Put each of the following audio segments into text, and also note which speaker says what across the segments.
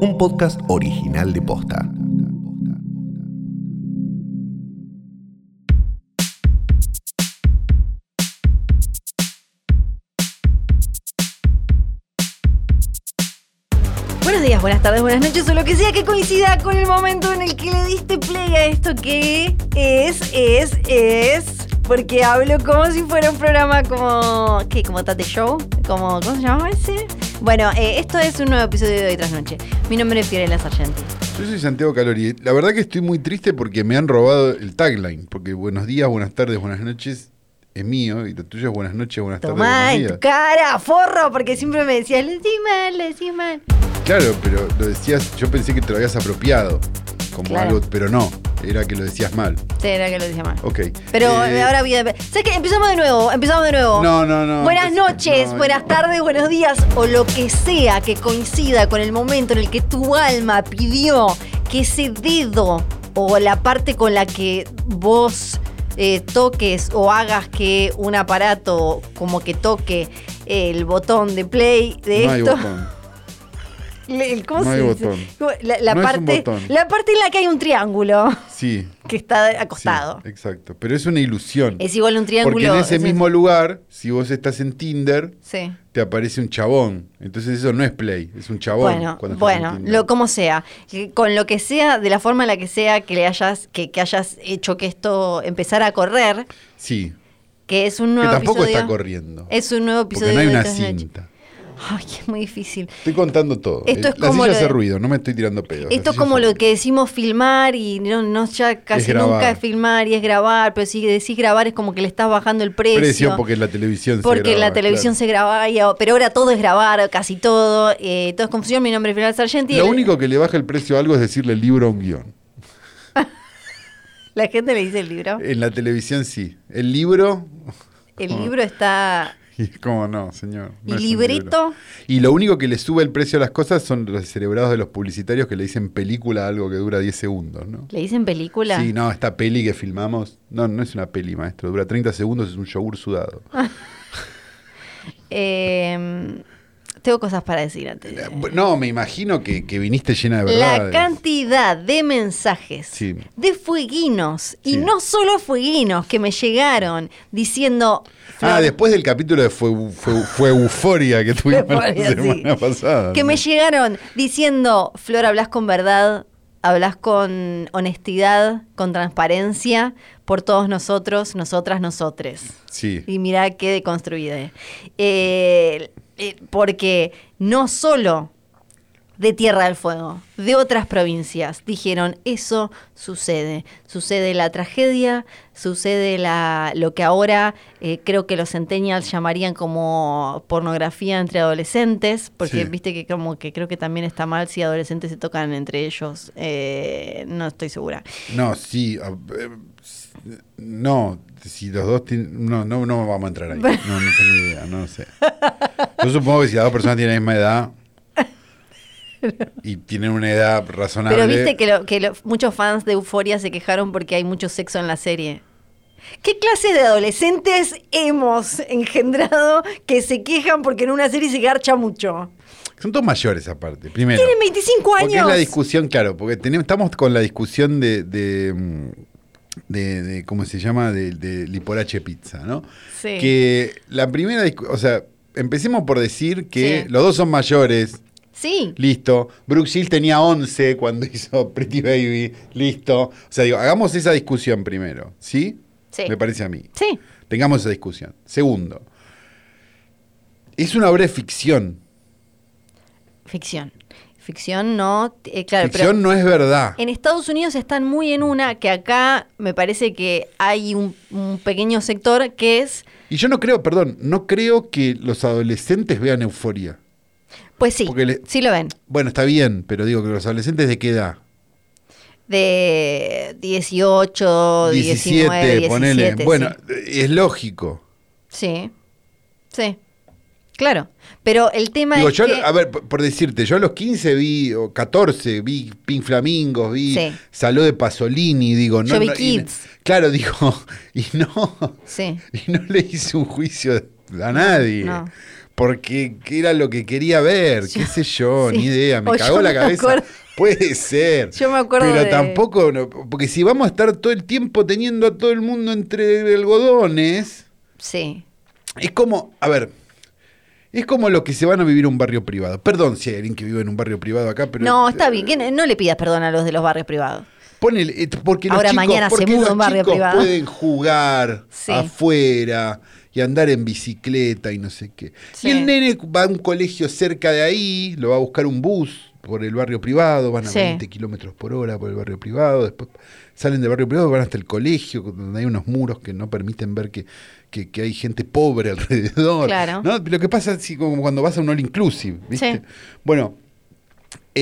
Speaker 1: Un podcast original de Posta.
Speaker 2: Buenos días, buenas tardes, buenas noches o lo que sea que coincida con el momento en el que le diste play a esto que es, es, es. Porque hablo como si fuera un programa como. ¿Qué? Como Tate Show. Como, ¿Cómo se llama ese? Bueno, eh, esto es un nuevo episodio de Hoy Tras Noche. Mi nombre es Fiorella Sargenti.
Speaker 3: Yo soy Santiago Calori. La verdad que estoy muy triste porque me han robado el tagline. Porque buenos días, buenas tardes, buenas noches es mío y lo tuyo es buenas noches, buenas
Speaker 2: Tomá
Speaker 3: tardes,
Speaker 2: en
Speaker 3: buenos
Speaker 2: tu
Speaker 3: días.
Speaker 2: cara, forro, porque siempre me decías, le di mal, le di mal.
Speaker 3: Claro, pero lo decías, yo pensé que te lo habías apropiado como
Speaker 2: Claro.
Speaker 3: algo, pero no, era que lo decías mal.
Speaker 2: Sí, era que lo decía mal.
Speaker 3: Ok.
Speaker 2: Pero
Speaker 3: Eh,
Speaker 2: ahora voy a... ¿Sabes qué? Empezamos de nuevo, empezamos de nuevo.
Speaker 3: No, no, no.
Speaker 2: Buenas
Speaker 3: empecé-
Speaker 2: noches,
Speaker 3: no,
Speaker 2: buenas tardes, buenos días o lo que sea que coincida con el momento en el que tu alma pidió que ese dedo o la parte con la que vos eh, toques o hagas que un aparato como que toque el botón de play de
Speaker 3: No hay
Speaker 2: esto.
Speaker 3: botón.
Speaker 2: Le- el- ¿Cómo
Speaker 3: No
Speaker 2: se
Speaker 3: hay
Speaker 2: dice?
Speaker 3: botón.
Speaker 2: La, la
Speaker 3: No es un
Speaker 2: parte,
Speaker 3: botón.
Speaker 2: la parte en la que hay un triángulo
Speaker 3: Sí. sí,
Speaker 2: que está acostado.
Speaker 3: exacto. Pero es una ilusión.
Speaker 2: Es igual un triángulo.
Speaker 3: porque en ese
Speaker 2: es-
Speaker 3: mismo lugar, si vos estás en Tinder,
Speaker 2: Sí.
Speaker 3: te aparece un chabón. Entonces eso no es play, es un chabón.
Speaker 2: Bueno,
Speaker 3: cuando estás en
Speaker 2: bueno,
Speaker 3: Tinder.
Speaker 2: lo, como sea, que con lo que sea, de la forma en la que sea que le hayas, que, que hayas hecho que esto empezara a correr,
Speaker 3: Sí,
Speaker 2: que es un
Speaker 3: que
Speaker 2: nuevo
Speaker 3: tampoco
Speaker 2: episodio.
Speaker 3: está corriendo.
Speaker 2: Es un nuevo episodio
Speaker 3: Porque no hay
Speaker 2: de
Speaker 3: una
Speaker 2: Tras Noche.
Speaker 3: cinta.
Speaker 2: Ay, es muy difícil.
Speaker 3: Estoy contando todo.
Speaker 2: Esto
Speaker 3: Eh,
Speaker 2: es
Speaker 3: la
Speaker 2: como
Speaker 3: silla
Speaker 2: lo
Speaker 3: hace
Speaker 2: de-
Speaker 3: ruido, no me estoy tirando pedos.
Speaker 2: Esto
Speaker 3: es
Speaker 2: es como lo que decimos filmar y no, no ya casi
Speaker 3: grabar.
Speaker 2: nunca es filmar y es grabar, pero si decís grabar es como que le estás bajando el precio.
Speaker 3: Precio porque la televisión se
Speaker 2: Porque en la
Speaker 3: graba,
Speaker 2: televisión se grababa, y ahora- pero ahora todo es grabar, casi todo, eh, todo es confusión. Mi nombre es Fidel Sargenti.
Speaker 3: claro. Lo
Speaker 2: El-
Speaker 3: único que le baja el precio a algo es decirle el libro a un guión.
Speaker 2: La gente le dice el libro.
Speaker 3: En la televisión sí. El libro,
Speaker 2: El
Speaker 3: mm.
Speaker 2: libro está
Speaker 3: y es como no, señor. no
Speaker 2: ¿Y
Speaker 3: es un
Speaker 2: libreto?
Speaker 3: libro. Y lo único que le sube el precio a las cosas son los celebrados de los publicitarios que le dicen película a algo que dura 10 segundos, ¿no?
Speaker 2: ¿Le dicen película?
Speaker 3: Sí, no, esta peli que filmamos, no, no es una peli, maestro, dura 30 segundos, es un yogur sudado.
Speaker 2: Eh, tengo cosas para decir antes. de-
Speaker 3: No, me imagino que, que viniste llena de verdad.
Speaker 2: La cantidad de mensajes,
Speaker 3: Sí.
Speaker 2: de fueguinos, y
Speaker 3: Sí.
Speaker 2: no solo fueguinos que me llegaron diciendo...
Speaker 3: Ah,
Speaker 2: Flor,
Speaker 3: después del capítulo de fue, fue, fue euforia que tuvimos
Speaker 2: Euforia,
Speaker 3: la semana
Speaker 2: sí.
Speaker 3: pasada.
Speaker 2: Que me llegaron diciendo, Flor, hablas con verdad, hablas con honestidad, con transparencia, por todos nosotros, nosotras, nosotres.
Speaker 3: Sí.
Speaker 2: Y mirá qué deconstruida. Eh, eh, porque no solo de Tierra del Fuego, de otras provincias, dijeron, eso sucede. Sucede la tragedia, sucede la, lo que ahora eh, creo que los centennials llamarían como pornografía entre adolescentes, porque
Speaker 3: Sí.
Speaker 2: viste que como que creo que también está mal si adolescentes se tocan entre ellos. Eh, no estoy segura.
Speaker 3: No, sí. a- eh, s- No, si los dos tienen. No, no, no vamos a entrar ahí. No, no tengo idea, no sé. Yo supongo que si las dos personas tienen la misma edad y tienen una edad razonable.
Speaker 2: Pero viste que, lo- que lo- muchos fans de Euforia se quejaron porque hay mucho sexo en la serie. ¿Qué clase de adolescentes hemos engendrado que se quejan porque en una serie se garcha mucho?
Speaker 3: Son todos mayores aparte, primero.
Speaker 2: Tienen 25
Speaker 3: Porque es la
Speaker 2: años.
Speaker 3: discusión, claro, porque tenemos, estamos con la discusión de, de, mm, de- de- ¿cómo se llama? De, de Liporache Pizza, ¿no?
Speaker 2: Sí.
Speaker 3: Que la primera, discu- o sea, empecemos por decir que
Speaker 2: Sí.
Speaker 3: los dos son mayores,
Speaker 2: Sí.
Speaker 3: listo. Brooke Shields tenía 11 cuando hizo Pretty Baby, listo. O sea, digo, hagamos esa discusión primero, ¿sí?
Speaker 2: Sí.
Speaker 3: Me parece a mí.
Speaker 2: Sí.
Speaker 3: Tengamos esa discusión. Segundo, es una obra de ficción.
Speaker 2: Ficción. Ficción no. eh, claro,
Speaker 3: ficción no es verdad.
Speaker 2: pero en Estados Unidos están muy en una que acá me parece que hay un, un pequeño sector que es.
Speaker 3: Y yo no creo, perdón, no creo que los adolescentes vean euforia.
Speaker 2: Pues sí.
Speaker 3: Porque le-
Speaker 2: Sí lo ven.
Speaker 3: Bueno, está bien, pero digo que los adolescentes de qué edad?
Speaker 2: De 18, 19, 17.
Speaker 3: ponele. Bueno,
Speaker 2: sí.
Speaker 3: es lógico.
Speaker 2: Sí, sí, claro. Pero el tema
Speaker 3: Digo,
Speaker 2: es
Speaker 3: yo,
Speaker 2: que-
Speaker 3: a ver, por por decirte, yo a los 15 vi, o 14, vi Pink Flamingos, vi
Speaker 2: Sí.
Speaker 3: Saló de Pasolini, digo, no.
Speaker 2: Yo vi
Speaker 3: no- y-
Speaker 2: Kids.
Speaker 3: claro, digo, y no,
Speaker 2: sí,
Speaker 3: y no le hice un juicio a nadie.
Speaker 2: No.
Speaker 3: porque era lo que quería ver, qué sé yo,
Speaker 2: sí.
Speaker 3: ni idea, me
Speaker 2: O
Speaker 3: cagó
Speaker 2: yo
Speaker 3: la
Speaker 2: me
Speaker 3: cabeza.
Speaker 2: acuerdo-
Speaker 3: Puede ser.
Speaker 2: Yo me acuerdo
Speaker 3: Pero
Speaker 2: de-
Speaker 3: tampoco, no, porque si vamos a estar todo el tiempo teniendo a todo el mundo entre algodones,
Speaker 2: Sí.
Speaker 3: es como, a ver, es como los que se van a vivir a un barrio privado. Perdón si hay alguien que vive en un barrio privado acá, pero...
Speaker 2: no, está bien. que no- no le pidas perdón a los de los barrios privados.
Speaker 3: Ponele, eh, porque los
Speaker 2: Ahora
Speaker 3: chicos,
Speaker 2: mañana se
Speaker 3: porque
Speaker 2: muda
Speaker 3: los
Speaker 2: un barrio
Speaker 3: chicos
Speaker 2: privado.
Speaker 3: pueden jugar
Speaker 2: Sí.
Speaker 3: afuera y andar en bicicleta y no sé qué.
Speaker 2: Sí.
Speaker 3: Y el nene va a un colegio cerca de ahí, lo va a buscar un bus por el barrio privado, van a
Speaker 2: Sí.
Speaker 3: 20 kilómetros por hora por el barrio privado, después salen del barrio privado, van hasta el colegio, donde hay unos muros que no permiten ver que, que, que hay gente pobre alrededor.
Speaker 2: Claro.
Speaker 3: ¿no? Lo que pasa es como cuando vas a un all inclusive, ¿viste?
Speaker 2: Sí.
Speaker 3: Bueno,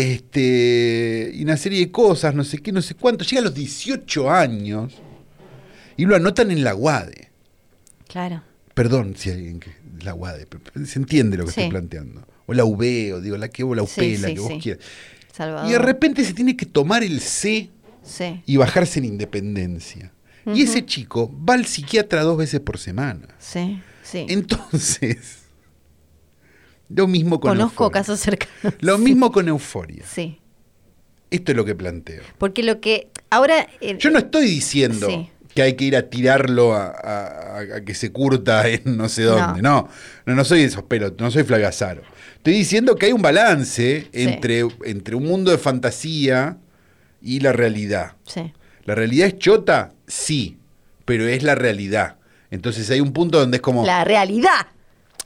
Speaker 3: este, y una serie de cosas, no sé qué, no sé cuánto. Llega a los 18 años y lo anotan en la UADE.
Speaker 2: Claro.
Speaker 3: Perdón si hay alguien que. La UADE, pero se entiende lo que
Speaker 2: Sí.
Speaker 3: estoy planteando. O la UB, o digo, la que o la UP,
Speaker 2: Sí,
Speaker 3: la
Speaker 2: sí,
Speaker 3: que vos
Speaker 2: sí.
Speaker 3: quieras.
Speaker 2: Salvador.
Speaker 3: Y de repente se tiene que tomar el C
Speaker 2: Sí,
Speaker 3: y bajarse en independencia. Y ese chico va al psiquiatra dos veces por semana.
Speaker 2: sí, sí.
Speaker 3: Entonces, lo mismo con
Speaker 2: Conozco
Speaker 3: euforia.
Speaker 2: casos cercanos.
Speaker 3: Lo mismo con euforia.
Speaker 2: Sí.
Speaker 3: Esto es lo que planteo.
Speaker 2: Porque lo que ahora... eh,
Speaker 3: Yo no estoy diciendo
Speaker 2: Sí.
Speaker 3: que hay que ir a tirarlo a, a- a- a que se curta en no sé dónde. No, no, no, soy de esos pelos, no soy flagazaro. Estoy diciendo que hay un balance entre, entre un mundo de fantasía y la realidad.
Speaker 2: Sí,
Speaker 3: ¿La realidad es chota? Sí, pero es la realidad. Entonces hay un punto donde es como.
Speaker 2: la realidad.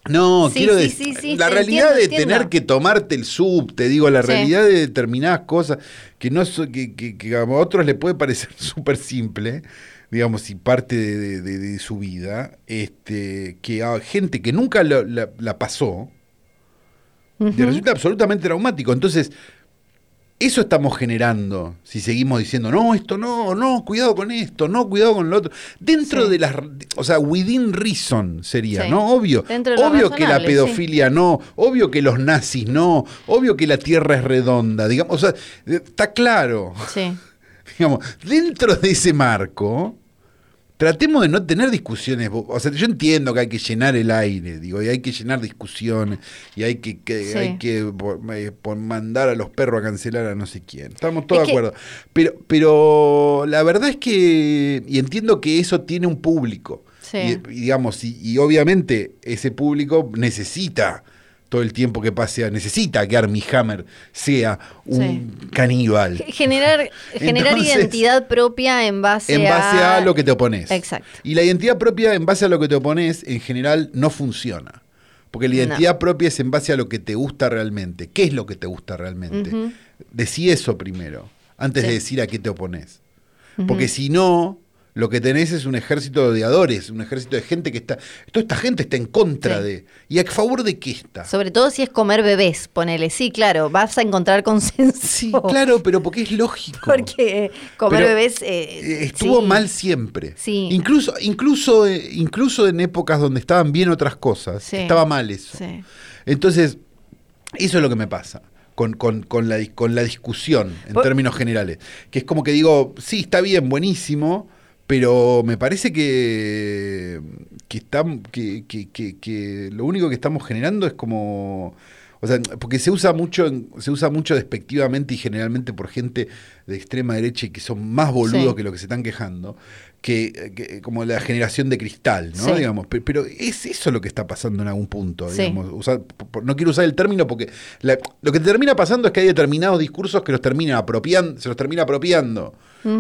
Speaker 3: No,
Speaker 2: Sí,
Speaker 3: quiero
Speaker 2: sí,
Speaker 3: decir.
Speaker 2: sí, sí,
Speaker 3: la
Speaker 2: te
Speaker 3: realidad
Speaker 2: entiendo,
Speaker 3: de
Speaker 2: entiendo.
Speaker 3: tener que tomarte el sub, te digo, la
Speaker 2: Sí.
Speaker 3: realidad de determinadas cosas que no so- que, que- que a otros les puede parecer súper simple, digamos, y parte de, de- de- de su vida, este, que a gente que nunca lo- la, la pasó, le resulta absolutamente traumático. Entonces, eso estamos generando si seguimos diciendo, no, esto no, no, cuidado con esto, no, cuidado con lo otro. Dentro
Speaker 2: Sí.
Speaker 3: de las, o sea, within reason sería,
Speaker 2: Sí.
Speaker 3: ¿no? Obvio.
Speaker 2: Dentro de lo
Speaker 3: Obvio que la
Speaker 2: razonable, sí.
Speaker 3: pedofilia no, obvio que los nazis no, obvio que la tierra es redonda, digamos, o sea, eh, está claro.
Speaker 2: Sí,
Speaker 3: Digamos, dentro de ese marco, tratemos de no tener discusiones. bo- O sea, yo entiendo que hay que llenar el aire, digo, y hay que llenar discusiones, y hay que, que-
Speaker 2: Sí.
Speaker 3: hay que bo- eh, por mandar a los perros a cancelar a no sé quién. Estamos todos
Speaker 2: Es
Speaker 3: de
Speaker 2: que-
Speaker 3: acuerdo. Pero, pero la verdad es que, y entiendo que eso tiene un público.
Speaker 2: Sí.
Speaker 3: Y, y digamos, y, y obviamente ese público necesita todo el tiempo que pase, necesita que Armie Hammer sea un caníbal.
Speaker 2: Ge- Generar, generar
Speaker 3: Entonces,
Speaker 2: identidad propia en base,
Speaker 3: En base a lo que te opones.
Speaker 2: Exacto.
Speaker 3: Y la identidad propia en base a lo que te opones en general no funciona. Porque la
Speaker 2: No.
Speaker 3: identidad propia es en base a lo que te gusta realmente. ¿Qué es lo que te gusta realmente?
Speaker 2: Ujú.
Speaker 3: Decí eso primero, antes
Speaker 2: Sí.
Speaker 3: de decir a qué te opones. Porque si no, lo que tenés es un ejército de odiadores, un ejército de gente que está... Toda esta gente está en contra
Speaker 2: Sí.
Speaker 3: de... ¿Y a favor de qué está?
Speaker 2: Sobre todo si es comer bebés, ponele. Sí, claro, vas a encontrar consenso.
Speaker 3: sí, claro, pero porque es lógico.
Speaker 2: Porque comer
Speaker 3: Pero,
Speaker 2: bebés...
Speaker 3: Eh,
Speaker 2: eh,
Speaker 3: estuvo
Speaker 2: sí.
Speaker 3: mal siempre.
Speaker 2: Sí.
Speaker 3: Incluso, incluso, eh, incluso en épocas donde estaban bien otras cosas,
Speaker 2: Sí.
Speaker 3: estaba mal eso.
Speaker 2: Sí.
Speaker 3: Entonces, eso es lo que me pasa con, con- con la, dis- con la discusión en
Speaker 2: Por-
Speaker 3: términos generales. Que es como que digo, sí, está bien, buenísimo, pero me parece que, que, estam- que, que- que- que lo único que estamos generando es como... O sea, porque se usa mucho, en- se usa mucho despectivamente y generalmente por gente de extrema derecha y que son más boludos
Speaker 2: Sí.
Speaker 3: que lo que se están quejando, que, que- como la generación de cristal, ¿no?
Speaker 2: Sí.
Speaker 3: Digamos, pe- pero es eso lo que está pasando en algún punto.
Speaker 2: Sí.
Speaker 3: digamos. Usar- por- por- no quiero usar el término porque la- lo que termina pasando es que hay determinados discursos que los terminan apropiando, se los termina apropiando.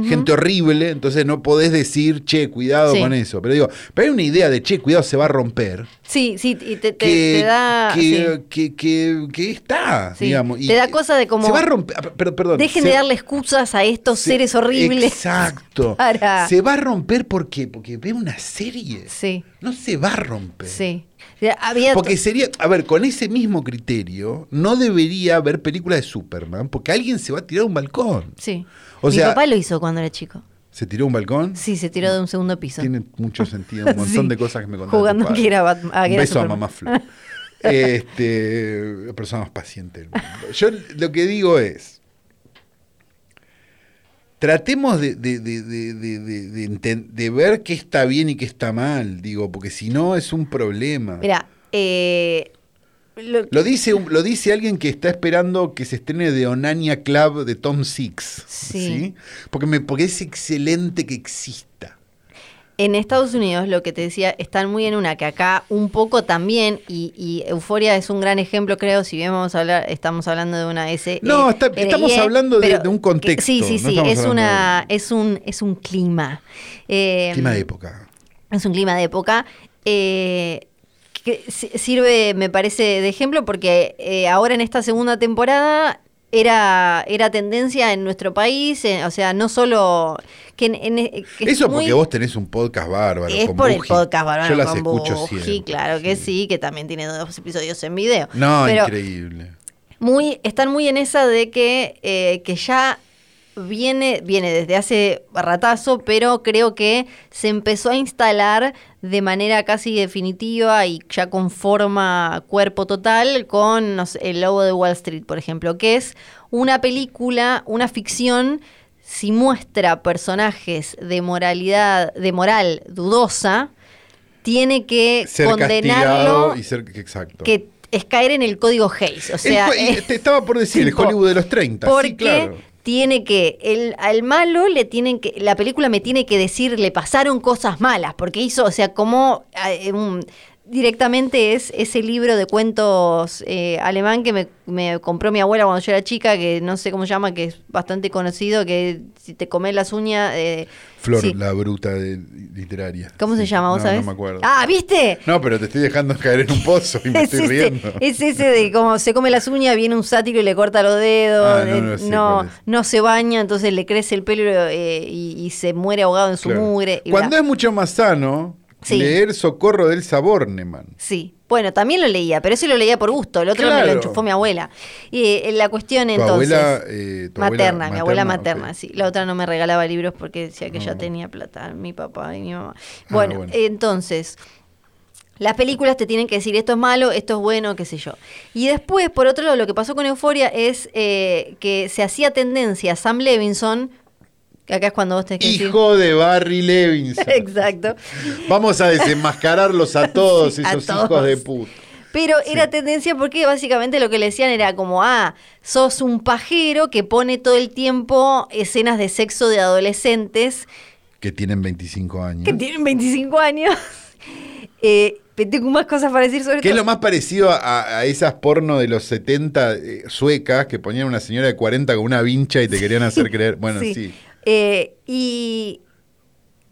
Speaker 3: Gente horrible, entonces no podés decir, che, cuidado
Speaker 2: Sí.
Speaker 3: con eso. Pero digo, pero hay una idea de, che, cuidado, se va a romper.
Speaker 2: Sí, sí, y te, te-
Speaker 3: Que,
Speaker 2: te da...
Speaker 3: que,
Speaker 2: sí.
Speaker 3: que- que- que está,
Speaker 2: Sí.
Speaker 3: digamos.
Speaker 2: Te da cosa de como-
Speaker 3: Se va a romper. ah, per- Perdón.
Speaker 2: Dejen
Speaker 3: se-
Speaker 2: de darle excusas a estos
Speaker 3: se-
Speaker 2: seres horribles.
Speaker 3: Exacto.
Speaker 2: Para-
Speaker 3: Se va a romper porque, porque ve una serie.
Speaker 2: Sí,
Speaker 3: No se va a romper.
Speaker 2: sí. Ya, Había
Speaker 3: Porque sería, a ver, con ese mismo criterio, no debería haber película de Superman, porque alguien se va a tirar a un balcón.
Speaker 2: Sí.
Speaker 3: O
Speaker 2: Mi
Speaker 3: sea-
Speaker 2: papá lo hizo cuando era chico.
Speaker 3: ¿Se tiró a un balcón?
Speaker 2: Sí, se tiró de un segundo piso.
Speaker 3: Tiene mucho sentido, un montón
Speaker 2: Sí.
Speaker 3: de cosas que me contaste.
Speaker 2: Jugando que era Batman- ah, que
Speaker 3: un
Speaker 2: era
Speaker 3: beso a
Speaker 2: Superman.
Speaker 3: mamá Flo. Este, la persona más paciente del mundo. Yo lo que digo es, tratemos de, de- de- de- de- de- de enten- de ver qué está bien y qué está mal, digo, porque si no es un problema.
Speaker 2: Mira, eh, Lo-
Speaker 3: Lo dice, un- lo dice alguien que está esperando que se estrene de Onania Club de Tom Six.
Speaker 2: Sí.
Speaker 3: Porque, me, porque es excelente que exista.
Speaker 2: En Estados Unidos, lo que te decía, están muy en una, que acá un poco también, y, y Euforia es un gran ejemplo, creo, si bien vamos a hablar, estamos hablando de una S. eh,
Speaker 3: No, está- estamos hablando de-
Speaker 2: pero
Speaker 3: de un
Speaker 2: que-
Speaker 3: contexto,
Speaker 2: Sí, sí,
Speaker 3: no
Speaker 2: sí,
Speaker 3: estamos
Speaker 2: es,
Speaker 3: hablando
Speaker 2: una, es, un, es un clima. Eh,
Speaker 3: Clima de época.
Speaker 2: es un clima de época. eh, que si- sirve, me parece, de ejemplo, porque eh, ahora en esta segunda temporada era, era tendencia en nuestro país, eh, o sea, no solo... Que en- en- que es
Speaker 3: Eso porque
Speaker 2: muy-
Speaker 3: vos tenés un podcast bárbaro.
Speaker 2: es
Speaker 3: con
Speaker 2: por
Speaker 3: Buji.
Speaker 2: el podcast Bárbaro
Speaker 3: Yo las
Speaker 2: con
Speaker 3: escucho
Speaker 2: Buji,
Speaker 3: siempre,
Speaker 2: claro que sí, que también tiene dos episodios en video.
Speaker 3: No,
Speaker 2: Pero
Speaker 3: increíble.
Speaker 2: muy, están muy en esa de que, eh, que ya viene, viene desde hace ratazo, pero creo que se empezó a instalar de manera casi definitiva y ya con forma cuerpo total con no sé, el lobo de Wall Street, por ejemplo, que es una película, una ficción si muestra personajes de moralidad, de moral dudosa, tiene que
Speaker 3: Ser
Speaker 2: eh, condenarlo
Speaker 3: castigado y ser. Exacto.
Speaker 2: que es caer en el código Hayes. O
Speaker 3: El
Speaker 2: sea,
Speaker 3: Ho- y
Speaker 2: es
Speaker 3: te estaba por decir, el
Speaker 2: tipo,
Speaker 3: Hollywood de los 30.
Speaker 2: porque
Speaker 3: Sí, claro.
Speaker 2: tiene que, el, al malo le tienen que, la película me tiene que decir, le pasaron cosas malas, porque hizo, o sea, como eh, un- directamente es ese libro de cuentos eh, alemán que me, me compró mi abuela cuando yo era chica, que no sé cómo se llama, que es bastante conocido, que si te comes las uñas... eh,
Speaker 3: Flor,
Speaker 2: sí.
Speaker 3: la bruta de literaria.
Speaker 2: ¿Cómo se
Speaker 3: Sí,
Speaker 2: llama? ¿Vos
Speaker 3: no,
Speaker 2: sabés?
Speaker 3: No me acuerdo.
Speaker 2: Ah, ¿viste?
Speaker 3: No, pero te estoy dejando caer en un pozo y me
Speaker 2: Es
Speaker 3: estoy
Speaker 2: ese,
Speaker 3: riendo.
Speaker 2: es ese de como se come las uñas, viene un sátiro y le corta los dedos,
Speaker 3: Ah, no,
Speaker 2: eh,
Speaker 3: no sé
Speaker 2: no,
Speaker 3: cuál es.
Speaker 2: no se baña, entonces le crece el pelo eh, y, y se muere ahogado en su
Speaker 3: Claro.
Speaker 2: mugre. y
Speaker 3: Cuando
Speaker 2: bla.
Speaker 3: es mucho más sano
Speaker 2: Sí.
Speaker 3: leer Socorro del Sabor, Neman.
Speaker 2: Sí, bueno, también lo leía, pero ese lo leía por gusto, el otro me lo
Speaker 3: Claro.
Speaker 2: enchufó mi abuela. Y eh, la cuestión
Speaker 3: Tu
Speaker 2: entonces...
Speaker 3: abuela, eh, tu abuela
Speaker 2: materna, mi abuela
Speaker 3: materna,
Speaker 2: materna,
Speaker 3: ok.
Speaker 2: sí. La otra no me regalaba libros porque decía que ya
Speaker 3: No. Ah,
Speaker 2: tenía plata, mi papá y mi mamá. Bueno,
Speaker 3: bueno.
Speaker 2: entonces, las películas te tienen que decir esto es malo, esto es bueno, qué sé yo. Y después, por otro lado, lo que pasó con Euforia es eh, que se hacía tendencia a Sam Levinson, que acá es cuando vos tenés que decir-
Speaker 3: Hijo de Barry Levinson.
Speaker 2: Exacto.
Speaker 3: Vamos a desenmascararlos a todos
Speaker 2: Sí, a
Speaker 3: esos
Speaker 2: todos.
Speaker 3: hijos de puta.
Speaker 2: Pero era tendencia porque básicamente lo que le decían era como, ah, sos un pajero que pone todo el tiempo escenas de sexo de adolescentes
Speaker 3: Que tienen 25 años.
Speaker 2: que tienen 25 años. Eh, pero tengo más cosas para decir sobre
Speaker 3: Que es
Speaker 2: esto.
Speaker 3: lo más parecido a, a esas porno de los 70 eh, suecas que ponían una señora de 40 con una vincha y te querían hacer creer. Bueno, sí.
Speaker 2: Eh, y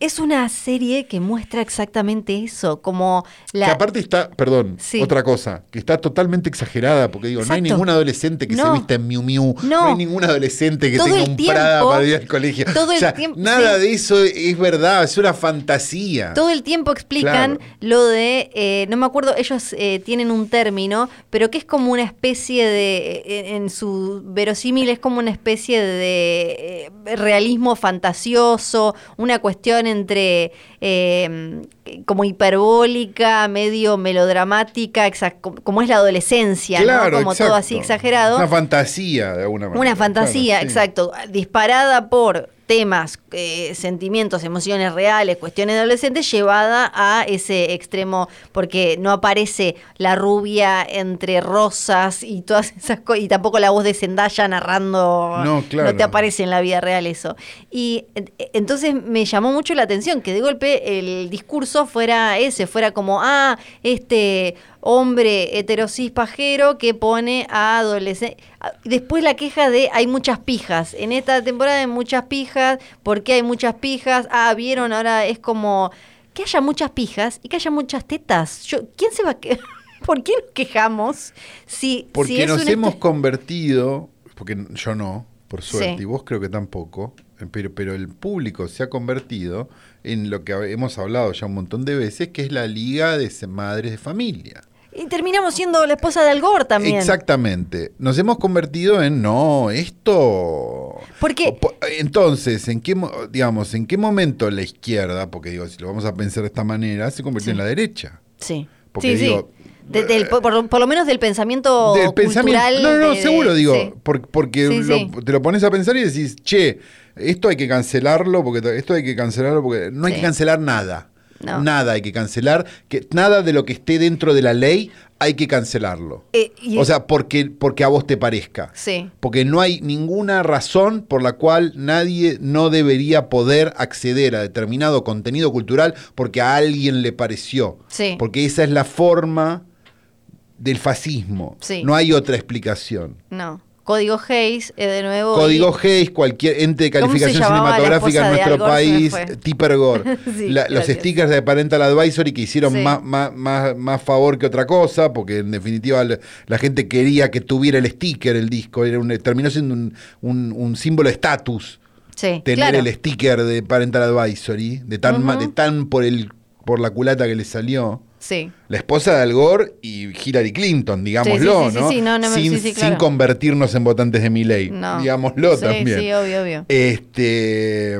Speaker 2: es una serie que muestra exactamente eso, como la...
Speaker 3: Que aparte está, perdón,
Speaker 2: Sí.
Speaker 3: otra cosa, que está totalmente exagerada, porque digo, no hay
Speaker 2: Exacto.
Speaker 3: ningún adolescente que se
Speaker 2: No.
Speaker 3: vista en Miu Miu, no,
Speaker 2: No.
Speaker 3: hay ningún adolescente que
Speaker 2: Todo
Speaker 3: tenga
Speaker 2: el
Speaker 3: un Prada
Speaker 2: tiempo,
Speaker 3: para ir al colegio.
Speaker 2: todo el
Speaker 3: o sea,
Speaker 2: tiempo,
Speaker 3: nada
Speaker 2: sí.
Speaker 3: de eso es verdad, es una fantasía.
Speaker 2: Todo el tiempo explican
Speaker 3: Claro.
Speaker 2: lo de, eh, no me acuerdo, ellos eh, tienen un término, pero que es como una especie de, eh, en su verosímil es como una especie de eh, realismo fantasioso, una cuestión entre eh, como hiperbólica, medio melodramática, exa- como- como es la adolescencia, ¿no?
Speaker 3: Claro,
Speaker 2: como
Speaker 3: exacto.
Speaker 2: todo así exagerado.
Speaker 3: Una fantasía, de alguna manera.
Speaker 2: Una fantasía,
Speaker 3: claro, sí.
Speaker 2: exacto, disparada por temas, eh, sentimientos, emociones reales, cuestiones de adolescentes, llevada a ese extremo, porque no aparece la rubia entre rosas y todas esas cosas, y tampoco la voz de Zendaya narrando,
Speaker 3: No, claro.
Speaker 2: te aparece en la vida real eso. Y en- entonces me llamó mucho la atención que de golpe el discurso fuera ese, fuera como, ah, este hombre heterosis pajero que pone a adolescentes. Después la queja de hay muchas pijas. En esta temporada hay muchas pijas. ¿Por qué hay muchas pijas? Ah, vieron, ahora es como que haya muchas pijas y que haya muchas tetas. Yo, ¿Quién se va a quejar? ¿Por qué nos quejamos? Si,
Speaker 3: Porque
Speaker 2: si es
Speaker 3: nos
Speaker 2: un
Speaker 3: hemos
Speaker 2: este-
Speaker 3: convertido, porque n- yo no, por suerte,
Speaker 2: Sí.
Speaker 3: y vos creo que tampoco, eh, pero, pero el público se ha convertido en lo que hab- hemos hablado ya un montón de veces, que es la liga de se- madres de familia.
Speaker 2: Y terminamos siendo la esposa de Algor también.
Speaker 3: Exactamente. Nos hemos convertido en no, esto.
Speaker 2: Porque-
Speaker 3: O po- Entonces, ¿en qué mo- digamos, en qué momento la izquierda, porque digo, si lo vamos a pensar de esta manera, se convirtió en la derecha?
Speaker 2: Sí.
Speaker 3: Porque
Speaker 2: sí,
Speaker 3: digo, eh,
Speaker 2: sí. De- del- por, por- por lo menos del pensamiento
Speaker 3: del pensamiento.
Speaker 2: cultural
Speaker 3: No, no, no,
Speaker 2: de- de-
Speaker 3: seguro, digo,
Speaker 2: sí.
Speaker 3: por- porque
Speaker 2: Sí,
Speaker 3: lo-
Speaker 2: sí.
Speaker 3: te lo pones a pensar y decís, che, esto hay que cancelarlo, porque ta- esto hay que cancelarlo, porque no hay
Speaker 2: Sí.
Speaker 3: que cancelar nada.
Speaker 2: No.
Speaker 3: Nada hay que cancelar, que nada de lo que esté dentro de la ley hay que cancelarlo.
Speaker 2: Eh, y-
Speaker 3: o sea, porque, porque a vos te parezca.
Speaker 2: Sí.
Speaker 3: Porque no hay ninguna razón por la cual nadie no debería poder acceder a determinado contenido cultural porque a alguien le pareció.
Speaker 2: Sí.
Speaker 3: Porque esa es la forma del fascismo.
Speaker 2: Sí.
Speaker 3: No hay otra explicación.
Speaker 2: No. Código Hayes, eh, de nuevo.
Speaker 3: Código Hayes, cualquier ente de
Speaker 2: ¿Cómo se
Speaker 3: calificación
Speaker 2: llamaba la
Speaker 3: cinematográfica en
Speaker 2: esposa de
Speaker 3: nuestro
Speaker 2: Al Gore?
Speaker 3: país,
Speaker 2: Se me fue.
Speaker 3: Tipper Gore.
Speaker 2: Sí,
Speaker 3: La- los
Speaker 2: gracias.
Speaker 3: stickers de Parental Advisory que hicieron
Speaker 2: Sí.
Speaker 3: más, más, más, más favor que otra cosa, porque en definitiva la, la gente quería que tuviera el sticker, el disco, era un- terminó siendo un, un- un símbolo de estatus
Speaker 2: Sí,
Speaker 3: tener
Speaker 2: claro.
Speaker 3: el sticker de Parental Advisory, de tan, ma- de tan por, el, por la culata que le salió.
Speaker 2: Sí.
Speaker 3: La esposa de Al Gore y Hillary Clinton, digámoslo,
Speaker 2: sí, sí,
Speaker 3: ¿no?
Speaker 2: sí, no, no me-
Speaker 3: sin,
Speaker 2: sí, sí,
Speaker 3: sin
Speaker 2: claro.
Speaker 3: convertirnos en votantes de Milley,
Speaker 2: No.
Speaker 3: digámoslo
Speaker 2: Sí,
Speaker 3: también.
Speaker 2: sí, obvio, obvio.
Speaker 3: Este,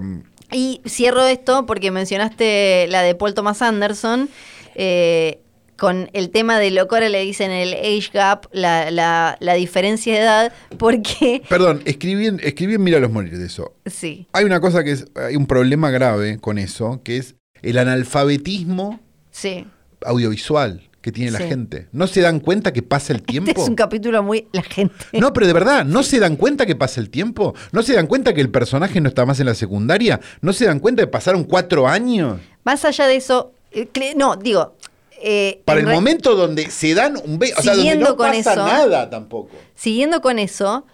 Speaker 2: Y cierro esto porque mencionaste la de Paul Thomas Anderson. eh, con el tema de lo que ahora le dicen el age gap, la, la, la diferencia de edad, porque.
Speaker 3: perdón, escribí en, escribí en Mira los morir de eso.
Speaker 2: Sí,
Speaker 3: Hay una cosa que es, hay un problema grave con eso, que es el analfabetismo
Speaker 2: sí.
Speaker 3: audiovisual que tiene
Speaker 2: Sí.
Speaker 3: la gente. ¿No se dan cuenta que pasa el tiempo?
Speaker 2: Este es un capítulo muy. La gente.
Speaker 3: No, pero de verdad, ¿no se dan cuenta que pasa el tiempo? ¿No se dan cuenta que el personaje no está más en la secundaria? ¿No se dan cuenta que pasaron cuatro años?
Speaker 2: Más allá de eso. eh, Cle- no, digo. eh,
Speaker 3: Para
Speaker 2: en
Speaker 3: el
Speaker 2: re-
Speaker 3: momento donde se dan un beso, o sea, donde
Speaker 2: Siguiendo
Speaker 3: no
Speaker 2: con
Speaker 3: pasa
Speaker 2: eso.
Speaker 3: nada tampoco.
Speaker 2: Siguiendo con eso,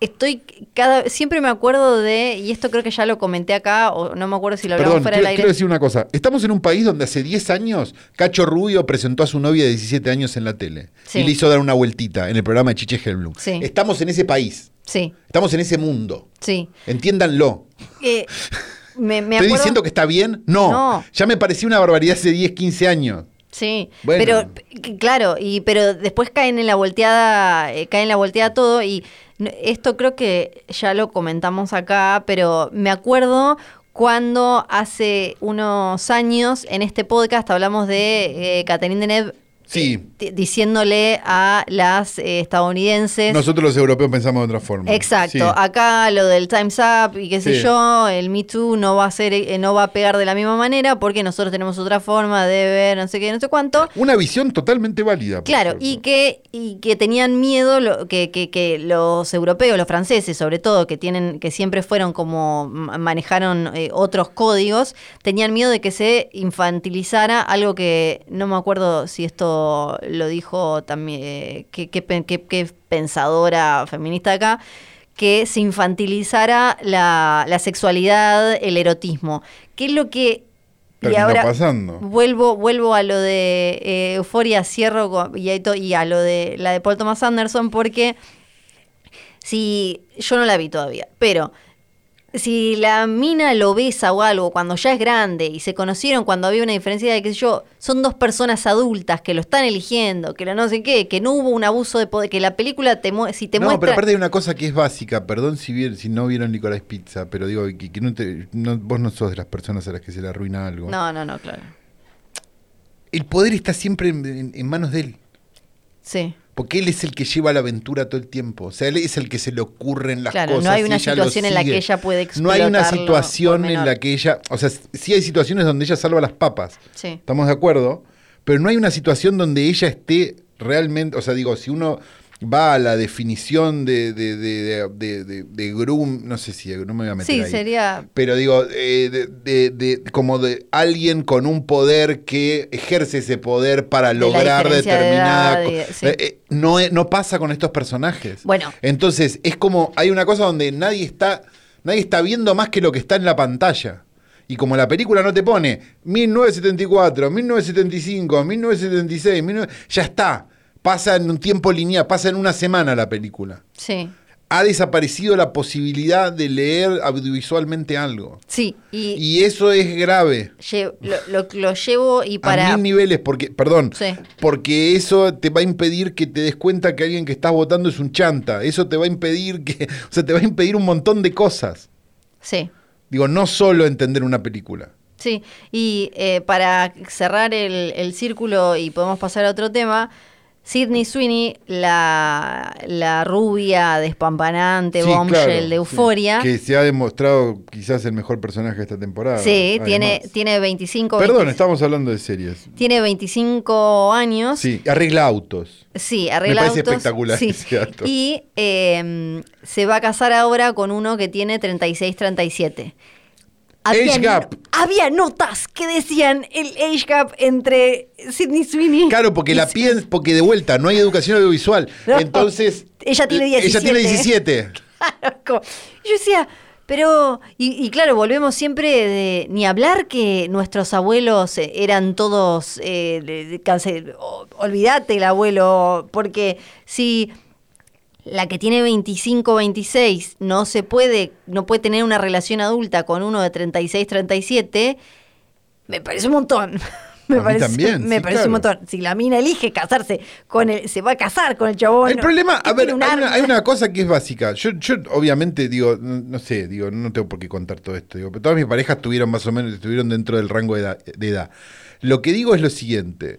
Speaker 2: estoy cada siempre me acuerdo de y esto creo que ya lo comenté acá o no me acuerdo si lo hablamos
Speaker 3: Perdón,
Speaker 2: fuera
Speaker 3: quiero,
Speaker 2: del aire.
Speaker 3: quiero decir una cosa. Estamos en un país donde hace 10 años Cacho Rubio presentó a su novia de 17 años en la tele
Speaker 2: Sí.
Speaker 3: y le hizo dar una vueltita en el programa de Chiche Helblum.
Speaker 2: Sí.
Speaker 3: Estamos en ese país,
Speaker 2: Sí,
Speaker 3: estamos en ese mundo.
Speaker 2: sí.
Speaker 3: Entiéndanlo.
Speaker 2: Eh, me, me
Speaker 3: ¿Estoy
Speaker 2: acuerdo-
Speaker 3: diciendo que está bien? No.
Speaker 2: No.
Speaker 3: Ya me parecía una barbaridad hace 10, 15 años.
Speaker 2: Sí,
Speaker 3: Bueno.
Speaker 2: pero p- claro, y pero después caen en la volteada, eh, caen en la volteada todo y n- esto creo que ya lo comentamos acá, pero me acuerdo cuando hace unos años en este podcast hablamos de eh, Catherine Deneuve eh,
Speaker 3: Sí.
Speaker 2: di- diciéndole a las eh, estadounidenses
Speaker 3: Nosotros los europeos pensamos de otra forma.
Speaker 2: Exacto, Ah.
Speaker 3: Sí.
Speaker 2: acá lo del Times Up y qué sé
Speaker 3: Sí.
Speaker 2: yo, el Me Too no va a ser, eh, no va a pegar de la misma manera porque nosotros tenemos otra forma de ver no sé qué, no sé cuánto.
Speaker 3: Una visión totalmente válida. por
Speaker 2: Claro,
Speaker 3: cierto.
Speaker 2: y que, y que tenían miedo lo- que, que- que los europeos, los franceses sobre todo, que tienen, que siempre fueron como ma- manejaron eh, otros códigos, tenían miedo de que se infantilizara algo que no me acuerdo si esto lo dijo también, eh, qué qué pe- qué- qué pensadora feminista acá, que se infantilizara la, la sexualidad, el erotismo. ¿Qué es lo que...
Speaker 3: Terminó pasando.
Speaker 2: Vuelvo, vuelvo a lo de eh, Euforia, cierro con- y, ahí to- y a lo de la de Paul Thomas Anderson, porque si yo no la vi todavía, pero si la mina lo besa o algo cuando ya es grande y se conocieron cuando había una diferencia de qué sé yo, son dos personas adultas que lo están eligiendo, que lo no sé qué, que no hubo un abuso de poder, que la película te mue- si te
Speaker 3: no, pero
Speaker 2: muestra
Speaker 3: aparte hay una cosa que es básica, perdón si bien, si no vieron Nicolás Pizza, pero digo que, que no te- no- vos no sos de las personas a las que se le arruina algo.
Speaker 2: No, no, no, claro.
Speaker 3: El poder está siempre en, en- en manos de él,
Speaker 2: Sí.
Speaker 3: porque él es el que lleva la aventura todo el tiempo, o sea, él es el que se le ocurren las
Speaker 2: Claro, no
Speaker 3: cosas.
Speaker 2: hay una
Speaker 3: y ella lo
Speaker 2: situación en la
Speaker 3: sigue.
Speaker 2: que ella puede
Speaker 3: No hay una
Speaker 2: explotarlo
Speaker 3: situación
Speaker 2: por
Speaker 3: en la
Speaker 2: menor.
Speaker 3: que ella, o sea, sí hay situaciones donde ella salva las papas,
Speaker 2: Sí.
Speaker 3: estamos de acuerdo, pero no hay una situación donde ella esté realmente, o sea, digo, si uno va a la definición de, de, de, de, de- de- de groom, no sé si de groom me voy a meter
Speaker 2: Sí,
Speaker 3: ahí.
Speaker 2: sería
Speaker 3: Pero digo, eh, de, de- de- como de alguien con un poder que ejerce ese poder para
Speaker 2: la
Speaker 3: lograr
Speaker 2: diferencia de
Speaker 3: determinada...
Speaker 2: edad
Speaker 3: co-
Speaker 2: y- sí.
Speaker 3: Eh, eh, no, es- no pasa con estos personajes.
Speaker 2: Bueno.
Speaker 3: Entonces, es como, hay una cosa donde nadie está, nadie está viendo más que lo que está en la pantalla. Y como la película no te pone 1974, 1975, 1976, 19... ya está. Pasa en un tiempo lineal, pasa en una semana la película
Speaker 2: Sí.
Speaker 3: ha desaparecido la posibilidad de leer audiovisualmente algo.
Speaker 2: Sí, y,
Speaker 3: Y eso es grave
Speaker 2: lle- lo, lo- lo llevo y para...
Speaker 3: a mil niveles, porque, perdón,
Speaker 2: Sí.
Speaker 3: porque eso te va a impedir que te des cuenta que alguien que estás votando es un chanta. Eso te va a impedir que, o sea, te va a impedir un montón de cosas.
Speaker 2: Sí,
Speaker 3: Digo, no solo entender una película.
Speaker 2: sí. Y eh, para cerrar el, el círculo y podemos pasar a otro tema, Sidney Sweeney, la, la rubia despampanante,
Speaker 3: Sí,
Speaker 2: bombshell
Speaker 3: claro,
Speaker 2: de euforia.
Speaker 3: sí. Que se ha demostrado quizás el mejor personaje de esta temporada.
Speaker 2: Sí, tiene,
Speaker 3: además.
Speaker 2: tiene 25
Speaker 3: Perdón,
Speaker 2: 20
Speaker 3: estamos hablando de series.
Speaker 2: tiene 25 años.
Speaker 3: Sí, arregla autos.
Speaker 2: Sí, arregla
Speaker 3: Me parece
Speaker 2: autos.
Speaker 3: espectacular
Speaker 2: Sí.
Speaker 3: ese dato.
Speaker 2: Y eh, se va a casar ahora con uno que tiene 36, 37.
Speaker 3: Age gap.
Speaker 2: Había notas que decían el age gap entre Sidney Sweeney.
Speaker 3: Claro, porque
Speaker 2: y
Speaker 3: la
Speaker 2: Sid-
Speaker 3: piens- porque de vuelta no hay educación audiovisual.
Speaker 2: No.
Speaker 3: Entonces.
Speaker 2: Ella tiene
Speaker 3: Ella tiene
Speaker 2: 17.
Speaker 3: 17.
Speaker 2: Claro, como- yo decía, pero. Y, y claro, volvemos siempre de. Ni hablar que nuestros abuelos eh, eran todos. eh, de- de cance- o- olvídate el abuelo, porque si. La que tiene 25, 26 no se puede, no puede tener una relación adulta con uno de 36, 37, me parece un montón. Me
Speaker 3: A mí
Speaker 2: parece,
Speaker 3: también,
Speaker 2: me
Speaker 3: sí,
Speaker 2: parece un
Speaker 3: claro.
Speaker 2: montón. Si la mina elige casarse con el, se va a casar con el chabón.
Speaker 3: El problema,
Speaker 2: que
Speaker 3: a ver,
Speaker 2: tiene
Speaker 3: hay
Speaker 2: un
Speaker 3: una,
Speaker 2: arma.
Speaker 3: hay una cosa que es básica. Yo, yo obviamente digo, n- no sé, digo, no tengo por qué contar todo esto. Digo, pero todas mis parejas tuvieron más o menos, estuvieron dentro del rango de edad, de edad. Lo que digo es lo siguiente.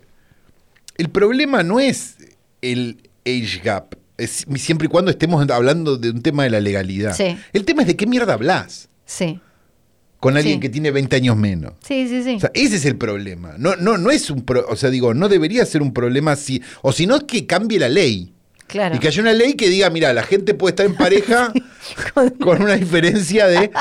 Speaker 3: El problema no es el age gap, es siempre y cuando estemos hablando de un tema de la legalidad.
Speaker 2: Sí.
Speaker 3: El tema es de qué mierda hablas
Speaker 2: Sí.
Speaker 3: con alguien
Speaker 2: Sí.
Speaker 3: que tiene 20 años menos.
Speaker 2: Sí, sí, sí.
Speaker 3: O sea, ese es el problema. No, no, no es un pro- o sea, digo, no debería ser un problema si, o si no es que cambie la ley.
Speaker 2: claro.
Speaker 3: Y que haya una ley que diga, mira, la gente puede estar en pareja con una diferencia de...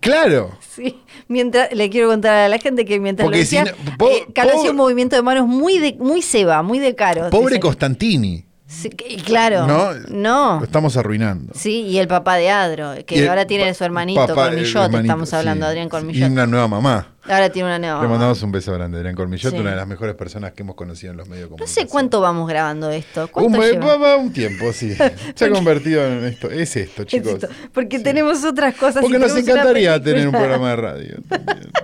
Speaker 3: Claro.
Speaker 2: Sí. Mientras, le quiero contar a la gente que mientras
Speaker 3: Porque
Speaker 2: lo
Speaker 3: si
Speaker 2: decía,
Speaker 3: no- po-
Speaker 2: eh, Caro hacía
Speaker 3: pobre-
Speaker 2: un movimiento de manos muy de, muy ceba, muy de caro.
Speaker 3: Pobre
Speaker 2: Sí,
Speaker 3: Constantini.
Speaker 2: sí, que- claro.
Speaker 3: ¿No?
Speaker 2: No.
Speaker 3: Lo estamos arruinando.
Speaker 2: Sí, y el papá de Adro, que
Speaker 3: Y el
Speaker 2: ahora tiene
Speaker 3: pa-
Speaker 2: su hermanito
Speaker 3: papá,
Speaker 2: Cormillot,
Speaker 3: el hermanito,
Speaker 2: estamos hablando,
Speaker 3: sí.
Speaker 2: Adrián
Speaker 3: Y
Speaker 2: Cormillot.
Speaker 3: una nueva mamá.
Speaker 2: Ahora tiene una nueva.
Speaker 3: Le
Speaker 2: mamá.
Speaker 3: mandamos un beso grande, Adrián Cormillot,
Speaker 2: Sí.
Speaker 3: una de las mejores personas que hemos conocido en los medios
Speaker 2: No
Speaker 3: de comunicación.
Speaker 2: sé cuánto vamos grabando esto.
Speaker 3: Un,
Speaker 2: ¿Cuánto lleva?
Speaker 3: va- va un tiempo, sí. Se ha convertido en esto. Es esto,
Speaker 2: Es
Speaker 3: chicos.
Speaker 2: esto, Porque
Speaker 3: Sí.
Speaker 2: tenemos otras cosas. y
Speaker 3: Porque nos
Speaker 2: tenemos una
Speaker 3: encantaría
Speaker 2: película.
Speaker 3: tener un programa de radio. también.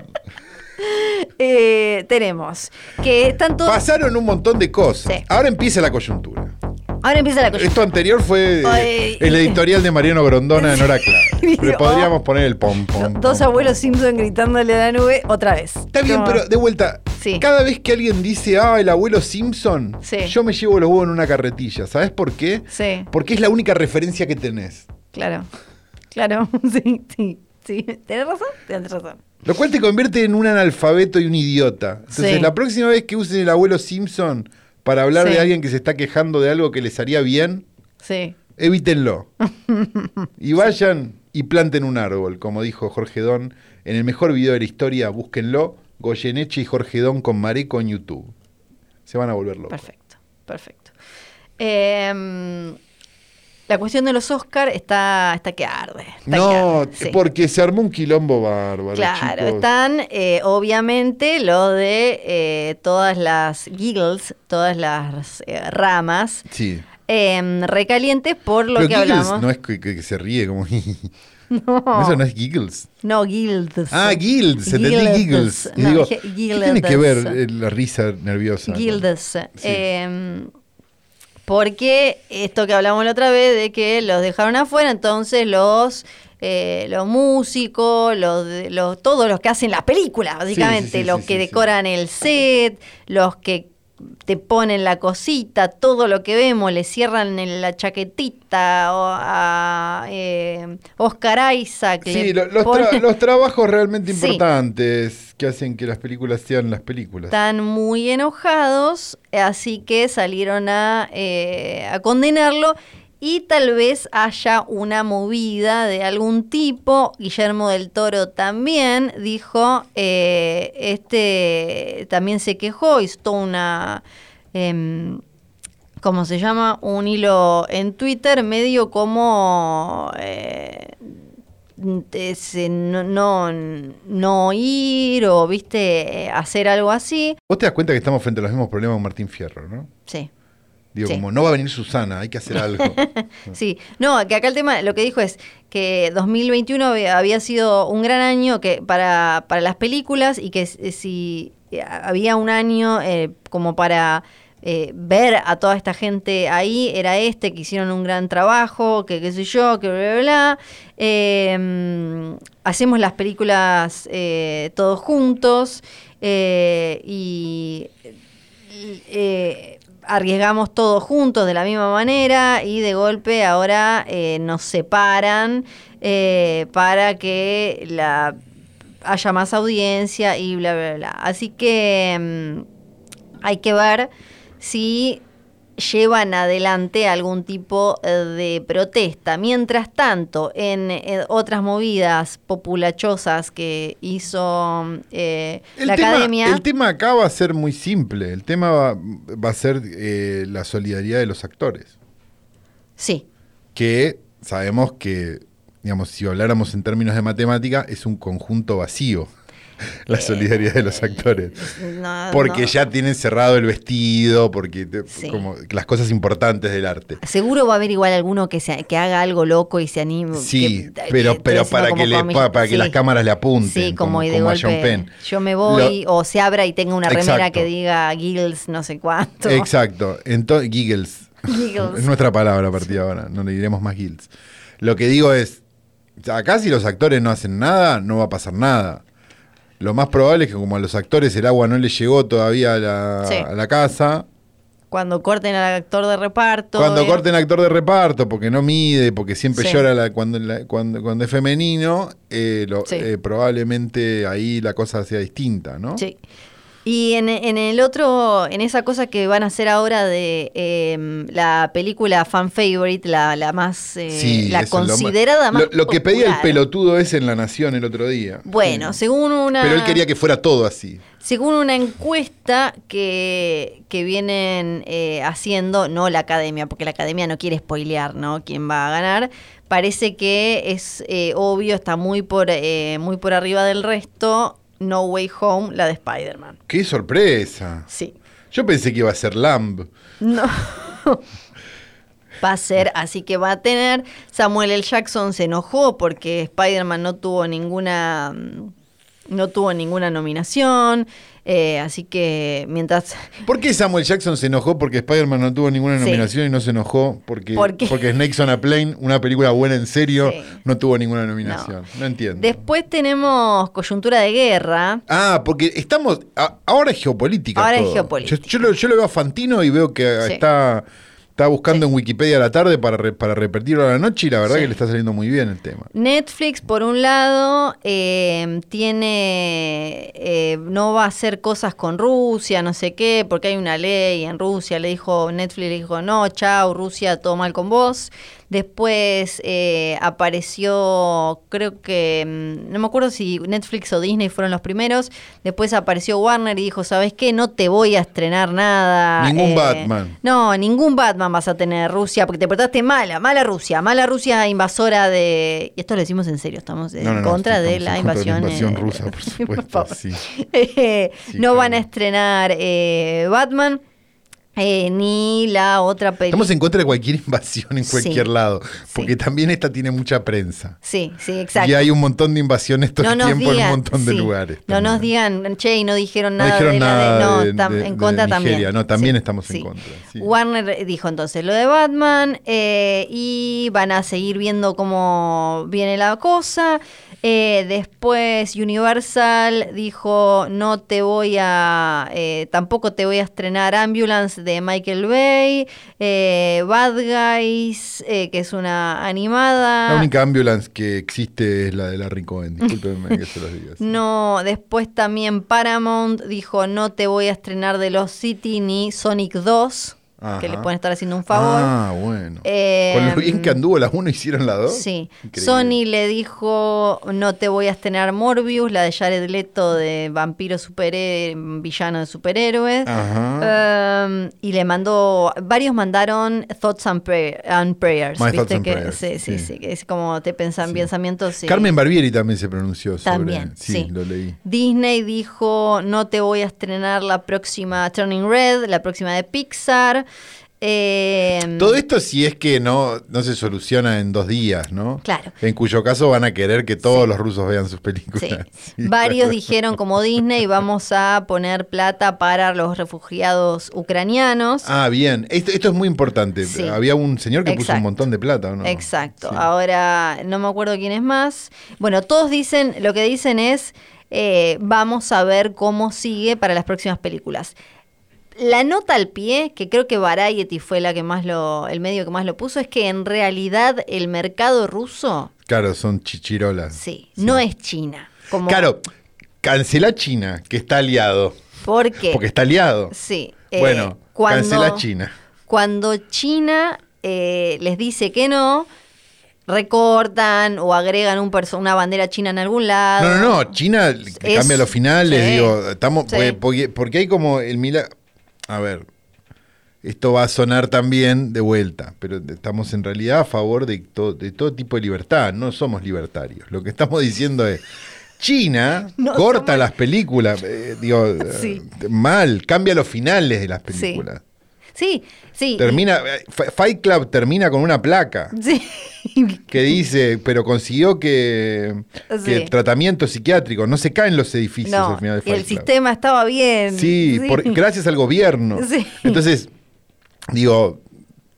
Speaker 2: Eh, tenemos. Que están todos.
Speaker 3: Pasaron un montón de cosas.
Speaker 2: Sí.
Speaker 3: Ahora empieza la coyuntura.
Speaker 2: Ahora empieza la cosa.
Speaker 3: Esto anterior fue eh,
Speaker 2: Ay.
Speaker 3: el editorial de Mariano Grondona en Hora Clara. Le
Speaker 2: Oh.
Speaker 3: podríamos poner el pom pom.
Speaker 2: Dos
Speaker 3: pom,
Speaker 2: abuelos Simpson gritándole a la nube otra vez.
Speaker 3: Está bien,
Speaker 2: Como-
Speaker 3: pero de vuelta,
Speaker 2: Sí.
Speaker 3: cada vez que alguien dice, ah, el abuelo Simpson,
Speaker 2: Sí.
Speaker 3: yo me llevo los huevos en una carretilla. ¿Sabes por qué?
Speaker 2: Sí,
Speaker 3: Porque es la única referencia que tenés.
Speaker 2: claro. Claro, sí, sí, sí. ¿Tenés razón? Tenés razón.
Speaker 3: Lo cual te convierte en un analfabeto y un idiota. Entonces,
Speaker 2: Sí.
Speaker 3: la próxima vez que usen el abuelo Simpson para hablar
Speaker 2: Sí.
Speaker 3: de alguien que se está quejando de algo que les haría bien,
Speaker 2: Sí.
Speaker 3: evítenlo. y vayan y planten un árbol, como dijo Jorge Don en el mejor video de la historia, búsquenlo, Goyeneche y Jorge Don con Mareco en YouTube. Se van a volver locos.
Speaker 2: Perfecto, perfecto. Em, la cuestión de los Oscar está, está que arde. está que
Speaker 3: No,
Speaker 2: arde, sí.
Speaker 3: porque se armó un quilombo bárbaro.
Speaker 2: Claro,
Speaker 3: chicos.
Speaker 2: están eh, obviamente lo de eh, todas las giggles, todas las eh, ramas
Speaker 3: Sí.
Speaker 2: em, recalientes por lo
Speaker 3: Pero
Speaker 2: que
Speaker 3: Giggles
Speaker 2: hablamos.
Speaker 3: no es que, que- que se ríe como.
Speaker 2: No,
Speaker 3: Eso no es Giggles.
Speaker 2: No, Guilds.
Speaker 3: Ah, Guilds, entendí Giggles.
Speaker 2: Guilds.
Speaker 3: Y
Speaker 2: No,
Speaker 3: digo,
Speaker 2: dije
Speaker 3: ¿qué
Speaker 2: Guilds.
Speaker 3: tiene que ver eh, la risa nerviosa? con-
Speaker 2: Guilds.
Speaker 3: Sí.
Speaker 2: Em, porque esto que hablamos la otra vez de que los dejaron afuera, entonces los eh, los músicos, los, de- los- todos los que hacen las películas, básicamente,
Speaker 3: sí, sí,
Speaker 2: los
Speaker 3: sí,
Speaker 2: que
Speaker 3: sí.
Speaker 2: decoran el set, los que te ponen la cosita, todo lo que vemos, le cierran en la chaquetita o a eh, Oscar Isaac.
Speaker 3: Sí,
Speaker 2: le
Speaker 3: lo- los,
Speaker 2: ponen-
Speaker 3: tra- los trabajos realmente
Speaker 2: Sí.
Speaker 3: importantes que hacen que las películas sean las películas.
Speaker 2: Están muy enojados, eh, así que salieron a, eh, a condenarlo y tal vez haya una movida de algún tipo. Guillermo del Toro también dijo, eh, este también se quejó, hizo toda una... em, ¿Cómo se llama? Un hilo en Twitter medio como... eh, ese no, no, no ir o, viste, eh, hacer algo así.
Speaker 3: Vos te das cuenta que estamos frente a los mismos problemas con Martín Fierro, ¿no?
Speaker 2: Sí,
Speaker 3: Digo,
Speaker 2: Sí.
Speaker 3: como no va a venir Susana, hay que hacer algo.
Speaker 2: sí. No, que acá el tema, lo que dijo es que 2021 había- había sido un gran año que para, para las películas y que s- si eh, había un año eh, como para eh, ver a toda esta gente ahí, era este, que hicieron un gran trabajo, que qué sé yo, que bla, bla, bla. Eh, hacemos las películas eh, todos juntos eh, y eh, arriesgamos todos juntos de la misma manera y de golpe ahora eh, nos separan eh, para que la haya más audiencia y bla, bla, bla. Así que mm, hay que ver si llevan adelante algún tipo eh, de protesta. Mientras tanto, en, eh, otras movidas populachosas que hizo eh,
Speaker 3: El
Speaker 2: la
Speaker 3: tema,
Speaker 2: academia,
Speaker 3: el tema acá va a ser muy simple. El tema va, va a ser eh, la solidaridad de los actores.
Speaker 2: sí,
Speaker 3: Que sabemos que, digamos, si habláramos en términos de matemática, es un conjunto vacío.
Speaker 2: Eh,
Speaker 3: La solidaridad de los actores.
Speaker 2: no,
Speaker 3: Porque
Speaker 2: Ah, no.
Speaker 3: ya tienen cerrado el vestido, porque te-
Speaker 2: Sí. Ah,
Speaker 3: como las cosas importantes del arte.
Speaker 2: Seguro va a haber igual alguno que se, que haga algo loco y se anime.
Speaker 3: Sí,
Speaker 2: que-
Speaker 3: pero,
Speaker 2: que-
Speaker 3: pero
Speaker 2: estoy
Speaker 3: para
Speaker 2: haciendo
Speaker 3: que, le,
Speaker 2: como
Speaker 3: pa-
Speaker 2: comi-
Speaker 3: para que las
Speaker 2: sí.
Speaker 3: cámaras le apunten.
Speaker 2: Sí, como, y de
Speaker 3: a John
Speaker 2: golpe
Speaker 3: Penn.
Speaker 2: yo me voy o se abra y tenga una remera
Speaker 3: Exacto.
Speaker 2: que diga Giggles no sé cuánto.
Speaker 3: Exacto. Entonces, giggles.
Speaker 2: Giggles.
Speaker 3: Es nuestra palabra a partir de ahora. No le diremos más giggles. Lo que digo es, acá si los actores no hacen nada, no va a pasar nada. Lo más probable es que como a los actores el agua no les llegó todavía a la,
Speaker 2: Sí.
Speaker 3: a la casa,
Speaker 2: Cuando corten al actor de reparto.
Speaker 3: Cuando
Speaker 2: eh,
Speaker 3: corten actor de reparto, porque no mide, porque siempre
Speaker 2: Sí.
Speaker 3: llora la- cuando, la- cuando, cuando es femenino, eh, lo-
Speaker 2: Sí.
Speaker 3: eh, probablemente ahí la cosa sea distinta, ¿no?
Speaker 2: Sí. Y en, en el otro, en esa cosa que van a hacer ahora de em, la película fan favorite, la, la más, eh,
Speaker 3: Sí,
Speaker 2: la
Speaker 3: eso es lo más-
Speaker 2: considerada más.
Speaker 3: Lo, lo que pedía el
Speaker 2: popular.
Speaker 3: pelotudo ese en La Nación el otro día.
Speaker 2: Bueno,
Speaker 3: Sí.
Speaker 2: según una.
Speaker 3: Mm. Pero él quería que fuera todo así.
Speaker 2: Según una encuesta que, que vienen eh, haciendo, no la academia, porque la academia no quiere spoilear, ¿no? ¿Quién va a ganar? Parece que es eh, obvio, está muy por, eh, muy por arriba del resto. No Way Home, la de Spider-Man.
Speaker 3: ¡Qué sorpresa!
Speaker 2: Sí.
Speaker 3: Yo pensé que iba a ser Lamb.
Speaker 2: No. Va a ser, así que va a tener. Samuel L. Jackson se enojó porque Spider-Man no tuvo ninguna. mm, No tuvo ninguna nominación. eh, así que mientras.
Speaker 3: ¿Por qué Samuel Jackson se enojó porque Spider-Man no tuvo ninguna
Speaker 2: Sí.
Speaker 3: nominación y no se enojó porque,
Speaker 2: ¿Por qué?
Speaker 3: porque Snakes on a Plane, una película buena en serio,
Speaker 2: Sí.
Speaker 3: no tuvo ninguna nominación? No, entiendo.
Speaker 2: Después tenemos coyuntura de guerra.
Speaker 3: Ah, porque estamos. a- ahora es geopolítica.
Speaker 2: Ahora es
Speaker 3: todo.
Speaker 2: geopolítica.
Speaker 3: Yo, yo lo, yo lo veo a Fantino y veo que
Speaker 2: Sí.
Speaker 3: está, está buscando en Wikipedia a la tarde para, re- para repetirlo a la noche y la verdad
Speaker 2: Sí.
Speaker 3: que le está saliendo muy bien el tema.
Speaker 2: Netflix, por un lado, eh, tiene. eh, no va a hacer cosas con Rusia, no sé qué, porque hay una ley en Rusia. Le dijo Netflix, le dijo, no, chao, Rusia, todo mal con vos. Después eh, apareció, creo que. mm, No me acuerdo si Netflix o Disney fueron los primeros. Después apareció Warner y dijo, ¿sabes qué? No te voy a estrenar nada. eh,
Speaker 3: Ningún Batman.
Speaker 2: No, ningún Batman vas a tener Rusia, porque te portaste mala, mala Rusia, mala Rusia invasora de... Y esto lo decimos en serio, estamos en
Speaker 3: No, no, no,
Speaker 2: contra
Speaker 3: estamos
Speaker 2: de
Speaker 3: en
Speaker 2: la
Speaker 3: contra de la
Speaker 2: invasión...
Speaker 3: invasión
Speaker 2: eh,
Speaker 3: rusa, por supuesto,
Speaker 2: favor.
Speaker 3: sí.
Speaker 2: Eh,
Speaker 3: Sí,
Speaker 2: no
Speaker 3: claro.
Speaker 2: van a estrenar eh, Batman, eh, ni la otra película...
Speaker 3: Estamos en contra de cualquier invasión en
Speaker 2: Sí.
Speaker 3: cualquier lado, porque
Speaker 2: Sí.
Speaker 3: también esta tiene mucha prensa.
Speaker 2: Sí, sí, exacto.
Speaker 3: Y hay un montón de invasiones todo
Speaker 2: No
Speaker 3: el
Speaker 2: nos
Speaker 3: tiempo en
Speaker 2: digan-
Speaker 3: un montón de
Speaker 2: sí,
Speaker 3: lugares.
Speaker 2: No nos
Speaker 3: también.
Speaker 2: digan, che, y no dijeron
Speaker 3: No
Speaker 2: nada.
Speaker 3: dijeron
Speaker 2: de la
Speaker 3: nada
Speaker 2: de, no,
Speaker 3: de-
Speaker 2: tam-
Speaker 3: de-
Speaker 2: en
Speaker 3: de
Speaker 2: contra
Speaker 3: Nigeria,
Speaker 2: también.
Speaker 3: no, también estamos en contra, sí.
Speaker 2: Warner dijo entonces lo de Batman eh, y van a seguir viendo cómo viene la cosa. Eh, después Universal dijo no te voy a eh, tampoco te voy a estrenar Ambulance de Michael Bay, eh, Bad Guys eh, que es una animada.
Speaker 3: La única ambulance que existe es la de Larry Cohen. Discúlpenme que se los diga. así.
Speaker 2: No, después también Paramount dijo no te voy a estrenar The Lost City ni Sonic 2,
Speaker 3: Ajá.
Speaker 2: que le pueden estar haciendo un favor.
Speaker 3: Ah, bueno.
Speaker 2: Eh,
Speaker 3: Con lo bien que anduvo las uno hicieron las dos.
Speaker 2: Sí,
Speaker 3: Increíble.
Speaker 2: Sony le dijo no te voy a estrenar Morbius, la de Jared Leto de vampiro superhéroe, villano de superhéroes.
Speaker 3: Ajá.
Speaker 2: Um, y le mandó, varios mandaron Thoughts and, Prayer- and Prayers.
Speaker 3: My
Speaker 2: ¿viste?
Speaker 3: thoughts and
Speaker 2: que,
Speaker 3: prayers,
Speaker 2: Sí, sí,
Speaker 3: sí.
Speaker 2: sí, que es como te pensan
Speaker 3: Sí.
Speaker 2: pensamientos. sí.
Speaker 3: Carmen Barbieri también se pronunció sobre
Speaker 2: También, sí.
Speaker 3: lo leí.
Speaker 2: Disney dijo, no te voy a estrenar la próxima Turning Red, la próxima de Pixar. Eh,
Speaker 3: Todo esto si es que no, no se soluciona en dos días, ¿no?
Speaker 2: Claro.
Speaker 3: En cuyo caso van a querer que todos los rusos vean sus películas.
Speaker 2: sí.
Speaker 3: Sí,
Speaker 2: Varios
Speaker 3: claro.
Speaker 2: dijeron como Disney, vamos a poner plata para los refugiados ucranianos.
Speaker 3: Ah, bien. Esto, esto es muy importante.
Speaker 2: Sí.
Speaker 3: Había un señor que puso
Speaker 2: Exacto.
Speaker 3: un montón de plata, ¿o ¿no?
Speaker 2: Exacto.
Speaker 3: Sí.
Speaker 2: Ahora no me acuerdo quién es más. Bueno, todos dicen, lo que dicen es, eh, vamos a ver cómo sigue para las próximas películas. La nota al pie, que creo que Variety fue la que más lo, el medio que más lo puso, es que en realidad el mercado ruso,
Speaker 3: Claro, son chichirolas.
Speaker 2: sí, no es China. Como,
Speaker 3: Claro, cancela China, que está aliado.
Speaker 2: ¿Por qué?
Speaker 3: Porque está aliado.
Speaker 2: Sí. eh,
Speaker 3: Bueno, cancela China.
Speaker 2: Cuando China eh, les dice que no, recortan o agregan un perso- una bandera china en algún lado.
Speaker 3: No, no, no, China cambia los finales,
Speaker 2: Ah, sí.
Speaker 3: digo, estamos,
Speaker 2: Sí.
Speaker 3: porque- porque, porque hay como el milagro, a ver, esto va a sonar también de vuelta, pero estamos en realidad a favor de, to- de todo tipo de libertad, no somos libertarios, lo que estamos diciendo es, China
Speaker 2: No
Speaker 3: corta
Speaker 2: somos-
Speaker 3: las películas, eh, digo, eh,
Speaker 2: Sí.
Speaker 3: mal, cambia los finales de las películas.
Speaker 2: Sí, sí.
Speaker 3: Termina, eh, Fi- Fight Club termina con una placa
Speaker 2: Sí.
Speaker 3: que dice, pero consiguió que, que
Speaker 2: Sí.
Speaker 3: tratamiento psiquiátrico, no se caen los edificios
Speaker 2: No,
Speaker 3: al final
Speaker 2: y
Speaker 3: de
Speaker 2: el
Speaker 3: Fight Club.
Speaker 2: sistema estaba bien.
Speaker 3: Sí, por- gracias al gobierno.
Speaker 2: Sí.
Speaker 3: Entonces, digo,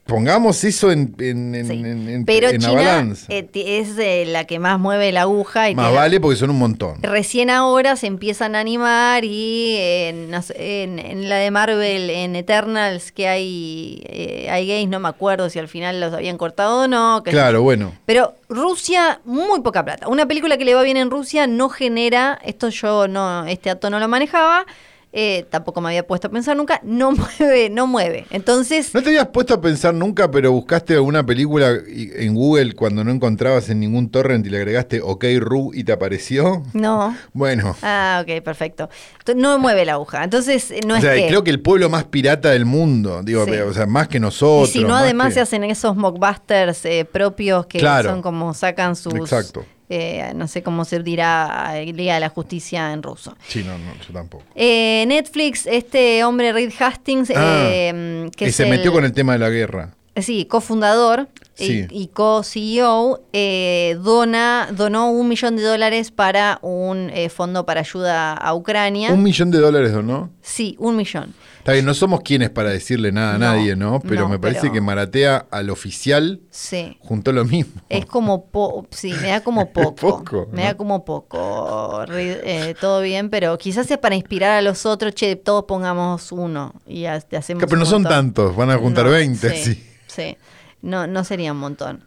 Speaker 3: pongamos eso en, en, en-
Speaker 2: Sí.
Speaker 3: en- en-
Speaker 2: Pero
Speaker 3: en la
Speaker 2: China
Speaker 3: balanza.
Speaker 2: eh, ti- es eh, la que más mueve la aguja y
Speaker 3: Más
Speaker 2: tiene-
Speaker 3: vale porque son un montón.
Speaker 2: Recién ahora se empiezan a animar y en, no sé, en- en la de Marvel, en Eternals, que hay, eh, hay gays, no me acuerdo si al final los habían cortado o no. que-
Speaker 3: Claro, bueno.
Speaker 2: Pero Rusia, muy poca plata. Una película que le va bien en Rusia no genera, esto yo no, este dato no lo manejaba, eh, tampoco me había puesto a pensar nunca, no mueve, no mueve. Entonces,
Speaker 3: No te habías puesto a pensar nunca, pero buscaste alguna película y- en Google cuando no encontrabas en ningún torrent y le agregaste OK Ru y te apareció.
Speaker 2: no.
Speaker 3: Bueno,
Speaker 2: Ah, ok, perfecto. Ento- No mueve la aguja. Entonces, eh, no
Speaker 3: o sea,
Speaker 2: es que...
Speaker 3: creo que el pueblo más pirata del mundo, digo,
Speaker 2: Sí.
Speaker 3: o sea, más que
Speaker 2: Y
Speaker 3: nosotros.
Speaker 2: si no,
Speaker 3: más
Speaker 2: además
Speaker 3: que-
Speaker 2: se hacen esos mockbusters eh, propios que
Speaker 3: Claro.
Speaker 2: son como sacan sus.
Speaker 3: Exacto.
Speaker 2: eh, no sé cómo se dirá eh, Liga de la Justicia en ruso.
Speaker 3: Sí, no, no, yo tampoco.
Speaker 2: Eh, Netflix, este hombre Reed Hastings,
Speaker 3: Ah,
Speaker 2: eh, que
Speaker 3: que
Speaker 2: es
Speaker 3: se metió
Speaker 2: el- eh,
Speaker 3: con el tema de la guerra.
Speaker 2: Sí, cofundador
Speaker 3: Sí.
Speaker 2: y, y co-CEO, eh, dona, donó un millón de dólares para un eh, fondo para ayuda a Ucrania.
Speaker 3: Un millón de dólares o no.
Speaker 2: sí, un millón.
Speaker 3: Está bien, no somos quienes para decirle nada a
Speaker 2: No,
Speaker 3: nadie, ¿no? Pero
Speaker 2: no,
Speaker 3: me parece
Speaker 2: pero-
Speaker 3: que Maratea al oficial
Speaker 2: Sí.
Speaker 3: juntó lo mismo.
Speaker 2: Es como po sí, me da como poco.
Speaker 3: Poco,
Speaker 2: me
Speaker 3: ¿no?
Speaker 2: da como poco. Re- eh, todo bien, pero quizás es para inspirar a los otros, che, todos pongamos uno y ha- hacemos
Speaker 3: Que- pero
Speaker 2: un
Speaker 3: no son
Speaker 2: montón.
Speaker 3: tantos, van a juntar
Speaker 2: No,
Speaker 3: 20,
Speaker 2: sí,
Speaker 3: sí.
Speaker 2: sí. No, no sería un montón.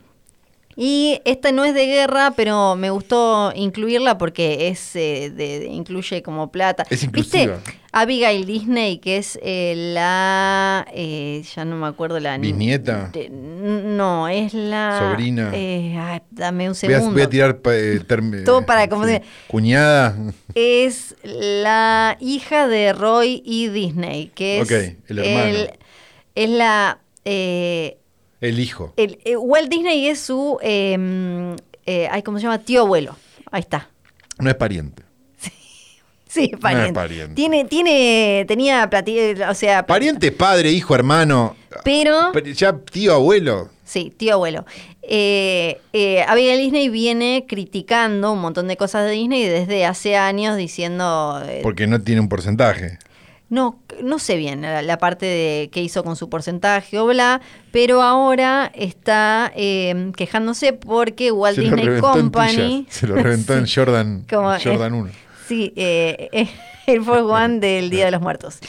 Speaker 2: Y esta no es de guerra, pero me gustó incluirla porque es eh, de, de- incluye como plata.
Speaker 3: Es
Speaker 2: ¿Viste?
Speaker 3: inclusiva.
Speaker 2: Abigail Disney, que es eh, la... eh, ya no me acuerdo la... ni-
Speaker 3: ¿Bisnieta?
Speaker 2: de- no, es la...
Speaker 3: Sobrina.
Speaker 2: eh, ay, dame un
Speaker 3: Voy a,
Speaker 2: segundo.
Speaker 3: voy a tirar pa- eh, term-
Speaker 2: Todo para, como se-
Speaker 3: Cuñada.
Speaker 2: Es la hija de Roy y Disney, que es...
Speaker 3: Ok, el hermano.
Speaker 2: es la... eh,
Speaker 3: El hijo.
Speaker 2: el- eh, Walt Disney es su, eh, eh, ay, ¿cómo se llama? Tío abuelo. Ahí está.
Speaker 3: No es pariente.
Speaker 2: Sí, es pariente.
Speaker 3: Eh, pariente.
Speaker 2: Tiene, tiene, tenía plati- eh, o sea,
Speaker 3: Pariente, padre, hijo, hermano.
Speaker 2: Pero,
Speaker 3: Pero Ya tío, abuelo.
Speaker 2: sí, tío abuelo. Eh, eh, Abigail Disney viene criticando un montón de cosas de Disney desde hace años diciendo, eh,
Speaker 3: Porque no tiene un porcentaje.
Speaker 2: No, no sé bien la, la parte de qué hizo con su porcentaje o bla, pero ahora está eh, quejándose porque Walt
Speaker 3: Se lo
Speaker 2: Disney
Speaker 3: reventó en
Speaker 2: Company.
Speaker 3: tillas. Se lo reventó en Jordan,
Speaker 2: Como, eh,
Speaker 3: Jordan 1.
Speaker 2: Sí, eh, eh, el Force One del Día de los Muertos.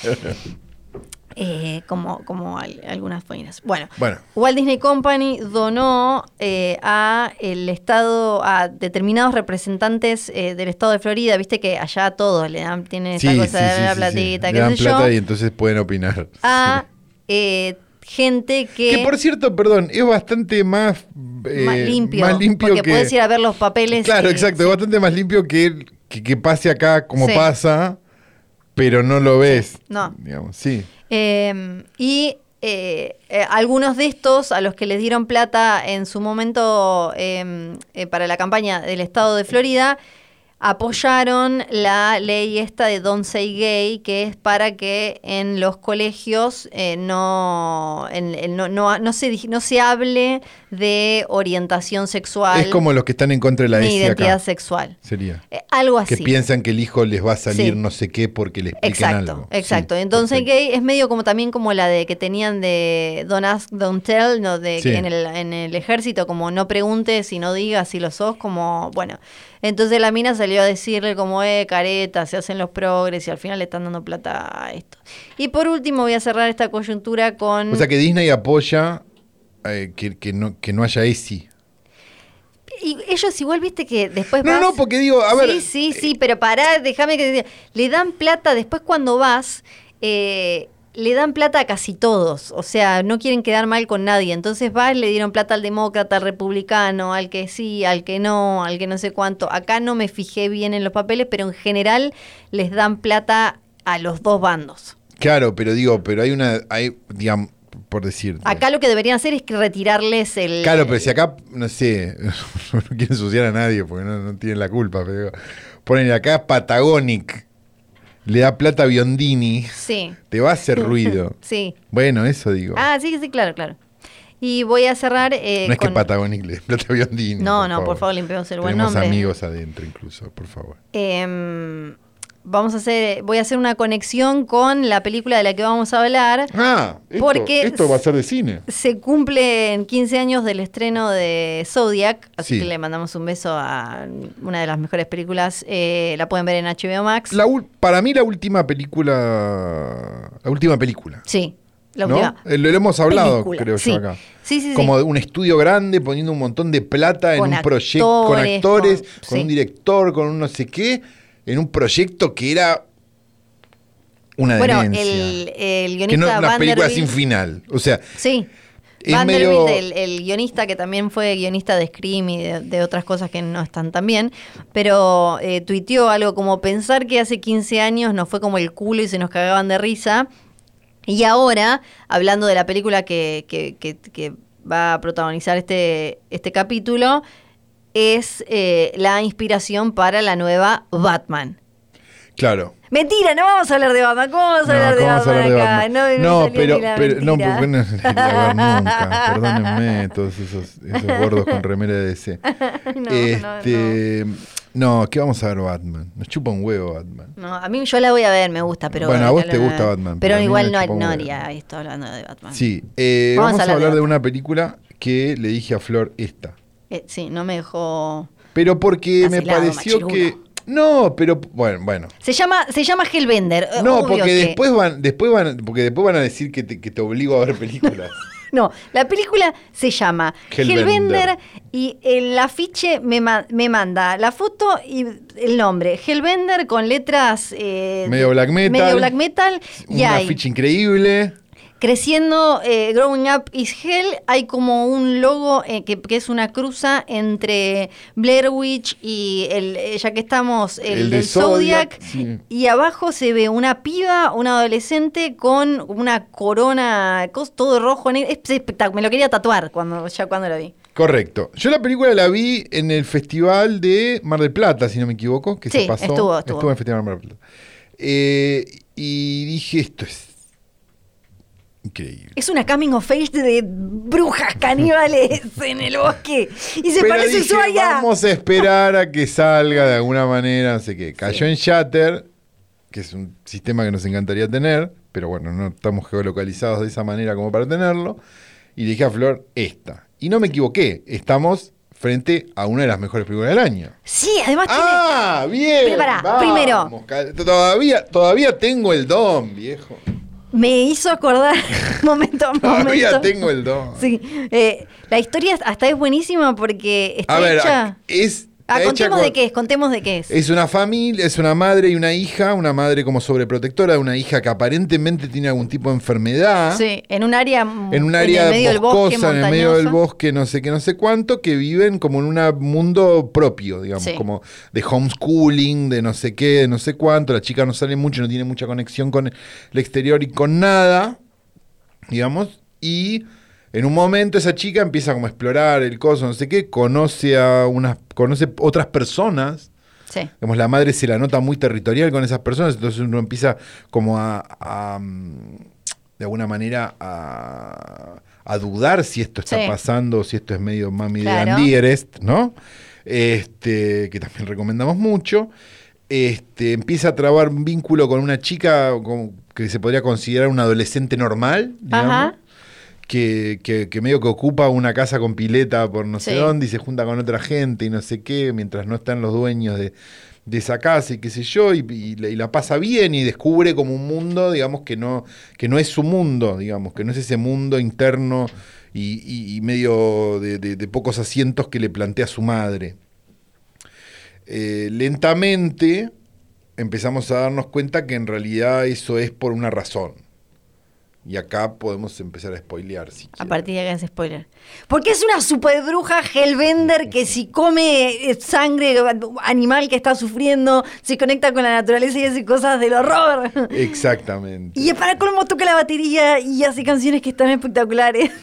Speaker 2: Eh, como como al- algunas páginas. Bueno,
Speaker 3: Bueno.
Speaker 2: Walt Disney Company donó eh, a el estado a determinados representantes eh, del estado de Florida, viste que allá a todos le dan tienen esa cosa de la platita,
Speaker 3: Le
Speaker 2: qué
Speaker 3: dan
Speaker 2: sé yo,
Speaker 3: plata y entonces pueden opinar.
Speaker 2: a eh, gente que,
Speaker 3: Que por cierto, perdón, es bastante más, eh,
Speaker 2: más limpio,
Speaker 3: más limpio
Speaker 2: porque
Speaker 3: que.
Speaker 2: puedes ir a ver los papeles.
Speaker 3: claro,
Speaker 2: y-
Speaker 3: exacto, es bastante más limpio que, que, que pase acá como
Speaker 2: Sí.
Speaker 3: pasa, pero no lo ves.
Speaker 2: no.
Speaker 3: Digamos, sí.
Speaker 2: Eh, y eh, eh, algunos de estos a los que les dieron plata en su momento eh, eh, para la campaña del estado de Florida apoyaron la ley esta de Don't Say Gay, que es para que en los colegios eh, no, en- en- no, no- no se, dij- no se hable de orientación sexual
Speaker 3: Es como los que están en contra de la
Speaker 2: ni
Speaker 3: ESI
Speaker 2: identidad
Speaker 3: acá.
Speaker 2: sexual.
Speaker 3: Sería.
Speaker 2: Eh, algo así.
Speaker 3: Que piensan que el hijo les va a salir
Speaker 2: Sí.
Speaker 3: no sé qué porque le expliquen
Speaker 2: Exacto,
Speaker 3: algo. Sí,
Speaker 2: exacto. Entonces
Speaker 3: perfecto.
Speaker 2: gay es medio como también como la de que tenían de Don't Ask, Don't Tell, ¿no? de
Speaker 3: Sí.
Speaker 2: que en el, en el ejército, como no preguntes y no digas si lo sos, como, bueno. Entonces la mina salió salió a decirle como, eh, careta, se hacen los progres y al final le están dando plata a esto. Y por último voy a cerrar esta coyuntura con...
Speaker 3: O sea que Disney apoya eh, que, que no, que no haya ESI.
Speaker 2: Y ellos igual viste que después
Speaker 3: No,
Speaker 2: vas-
Speaker 3: no, porque digo, a ver, eh,
Speaker 2: Sí, sí, sí, pero pará, déjame que te diga. Le dan plata, después cuando vas, eh, le dan plata a casi todos. O sea, no quieren quedar mal con nadie. Entonces vas, le dieron plata al demócrata, al republicano, al que sí, al que no, al que no sé cuánto. Acá no me fijé bien en los papeles, pero en general les dan plata a los dos bandos.
Speaker 3: Claro, pero digo, pero hay una, hay, digamos, por decir.
Speaker 2: Acá lo que deberían hacer es que retirarles el...
Speaker 3: Claro, pero si acá, no sé, no quiero ensuciar a nadie porque no, no tienen la culpa, pero digo, ponen acá Patagonic, le da plata a Biondini,
Speaker 2: Sí,
Speaker 3: te va a hacer ruido.
Speaker 2: sí.
Speaker 3: Bueno, eso digo.
Speaker 2: Ah, sí, sí, claro, claro. Y voy a cerrar... eh,
Speaker 3: no es que
Speaker 2: con-
Speaker 3: Patagonic le dé plata a Biondini.
Speaker 2: No, no, por favor, limpiamos el buen
Speaker 3: Tenemos
Speaker 2: nombre.
Speaker 3: amigos adentro incluso, por favor.
Speaker 2: Em, vamos a hacer, voy a hacer una conexión con la película de la que vamos a hablar.
Speaker 4: Ah, esto,
Speaker 2: Porque-
Speaker 4: esto va a ser de cine.
Speaker 2: Se cumplen 15 años del estreno de Zodiac, así
Speaker 3: Sí.
Speaker 2: que le mandamos un beso a una de las mejores películas. eh, la pueden ver en HBO Max.
Speaker 3: La ul- para mí la última película, la última película.
Speaker 2: sí, la
Speaker 3: ¿no?
Speaker 2: última.
Speaker 3: Eh, Lo, lo hemos hablado,
Speaker 2: película,
Speaker 3: creo
Speaker 2: sí.
Speaker 3: yo acá.
Speaker 2: Sí, sí, sí.
Speaker 3: Como de un estudio grande poniendo un montón de plata
Speaker 2: Con
Speaker 3: en un proyecto con
Speaker 2: actores,
Speaker 3: actores,
Speaker 2: con-
Speaker 3: con,
Speaker 2: sí.
Speaker 3: un director, con un no sé qué, en un proyecto que era una
Speaker 2: Bueno,
Speaker 3: demencia.
Speaker 2: el, el
Speaker 3: que no
Speaker 2: guionista
Speaker 3: era una película sin
Speaker 2: Vanderbilt-
Speaker 3: final. O sea,
Speaker 2: Sí.
Speaker 3: Es
Speaker 2: Vanderbilt,
Speaker 3: medio-
Speaker 2: el, el guionista que también fue guionista de Scream y de, de otras cosas que no están tan bien, pero eh, tuiteó algo como pensar que hace 15 años nos fue como el culo y se nos cagaban de risa. Y ahora, hablando de la película que, que- que- que va a protagonizar este, este capítulo, es eh, la inspiración para la nueva Batman.
Speaker 3: claro.
Speaker 2: Mentira, no vamos a hablar de Batman. ¿Cómo vamos a
Speaker 3: No,
Speaker 2: hablar de
Speaker 3: ¿cómo vamos a
Speaker 2: Batman
Speaker 3: hablar de
Speaker 2: acá?
Speaker 3: Batman?
Speaker 2: me
Speaker 3: No,
Speaker 2: salió
Speaker 3: pero,
Speaker 2: ni la
Speaker 3: pero- no,
Speaker 2: mentira.
Speaker 3: porque no es la verdad nunca. Perdónenme, todos esos, esos gordos con remera de DC.
Speaker 2: no,
Speaker 3: este, no, ¿qué vamos a ver Batman? Nos chupa un huevo Batman.
Speaker 2: No, a mí yo la voy a ver, me gusta, pero...
Speaker 3: Bueno, a vos te
Speaker 2: no-
Speaker 3: gusta Batman, pero
Speaker 2: Pero
Speaker 3: a mí
Speaker 2: igual
Speaker 3: me
Speaker 2: no,
Speaker 3: chupa un
Speaker 2: no
Speaker 3: huevo.
Speaker 2: haría esto hablando de Batman.
Speaker 3: Sí, eh,
Speaker 2: Ah. Vamos
Speaker 3: vamos,
Speaker 2: a
Speaker 3: a
Speaker 2: hablar
Speaker 3: hablar,
Speaker 2: de
Speaker 3: de
Speaker 2: otra.
Speaker 3: una película que le dije a Flor esta.
Speaker 2: Eh, sí, no me dejó...
Speaker 3: Pero porque me
Speaker 2: Vacilado,
Speaker 3: pareció
Speaker 2: machirulo.
Speaker 3: que. No, pero bueno, bueno.
Speaker 2: Se llama, se llama Hellbender. eh,
Speaker 3: No,
Speaker 2: obvio
Speaker 3: porque
Speaker 2: que-
Speaker 3: después van, después van, porque después van a decir que te, que te obligo a ver películas.
Speaker 2: No, la película se llama Hellbender,
Speaker 3: Hellbender.
Speaker 2: y el afiche me, ma- me manda la foto y el nombre. Hellbender con letras... eh,
Speaker 3: Medio black metal.
Speaker 2: Medio black metal. Y
Speaker 3: Una
Speaker 2: hay...
Speaker 3: ficha increíble.
Speaker 2: Creciendo, eh, Growing Up is Hell, hay como un logo eh, que, que es una cruza entre Blair Witch y el, eh, ya que estamos, el,
Speaker 3: El de
Speaker 2: del Zodiac.
Speaker 3: Zodiac, sí.
Speaker 2: Y abajo se ve una piba, una adolescente con una corona, cos- todo rojo, negro. Es espectac- Me lo quería tatuar cuando ya cuando lo vi.
Speaker 3: Correcto. Yo la película la vi en el festival de Mar del Plata, si no me equivoco, que
Speaker 2: Sí,
Speaker 3: se pasó.
Speaker 2: estuvo, estuvo.
Speaker 3: en el festival de Mar del Plata. Eh, y dije, esto es increíble.
Speaker 2: Es una coming of age de brujas caníbales en el bosque. Y se
Speaker 3: Pero
Speaker 2: parece a
Speaker 3: dije,
Speaker 2: Ushuaia.
Speaker 3: Vamos a esperar a que salga de alguna manera, no sé qué. Cayó en Shatter, que es un sistema que nos encantaría tener, pero bueno, no estamos geolocalizados de esa manera como para tenerlo. Y le dije a Flor, esta. Y no me equivoqué, estamos frente a una de las mejores películas del año.
Speaker 2: Sí, además tiene...
Speaker 3: ¡Ah! ¡Bien!
Speaker 2: Pero pará, primero.
Speaker 3: cal- Todavía, todavía tengo el don, viejo.
Speaker 2: Me hizo acordar momento a momento.
Speaker 3: Todavía tengo el don.
Speaker 2: Sí. eh, la historia hasta es buenísima porque está
Speaker 3: A ver,
Speaker 2: hecha.
Speaker 3: a- es.
Speaker 2: Ah,
Speaker 3: está hecha
Speaker 2: contemos de
Speaker 3: con-
Speaker 2: qué es, contemos de qué es.
Speaker 3: Es una familia, es una madre y una hija, una madre como sobreprotectora, una hija que aparentemente tiene algún tipo de enfermedad.
Speaker 2: sí, en un área
Speaker 3: En un área
Speaker 2: el medio del bosque,
Speaker 3: boscosa, en el medio del
Speaker 2: montañosa.
Speaker 3: bosque, no sé qué, no sé cuánto, que viven como en un mundo propio, digamos,
Speaker 2: Sí.
Speaker 3: como de homeschooling, de no sé qué, de no sé cuánto. La chica no sale mucho, no tiene mucha conexión con el exterior y con nada, digamos. Y en un momento esa chica empieza como a explorar el coso, no sé qué, conoce a unas, conoce otras personas
Speaker 2: Sí.
Speaker 3: digamos, la madre se la nota muy territorial con esas personas, entonces uno empieza como a, a, mm, de alguna manera, a, a dudar si esto está
Speaker 2: Sí.
Speaker 3: pasando, si esto es medio mami
Speaker 2: Claro.
Speaker 3: de Andierest, ¿no? Este, que también recomendamos mucho. Este, empieza a trabar un vínculo con una chica como que se podría considerar un adolescente normal, digamos
Speaker 2: Ajá.
Speaker 3: que, que- que medio que ocupa una casa con pileta por no sé
Speaker 2: Sí.
Speaker 3: dónde y se junta con otra gente y no sé qué, mientras no están los dueños de, de esa casa y qué sé yo, y, y la, y la pasa bien y descubre como un mundo, digamos, que no, que no es su mundo, digamos, que no es ese mundo interno y, y- y medio de, de- de pocos asientos que le plantea su madre. Eh, lentamente empezamos a darnos cuenta que en realidad eso es por una razón. Y acá podemos empezar a spoilear. Si
Speaker 2: A
Speaker 3: quieren.
Speaker 2: partir de acá es spoiler. Porque es una super bruja Hellbender que si come eh, sangre animal que está sufriendo, se conecta con la naturaleza y hace cosas del horror.
Speaker 3: Exactamente.
Speaker 2: Y es para colmo toca la batería y hace canciones que están espectaculares.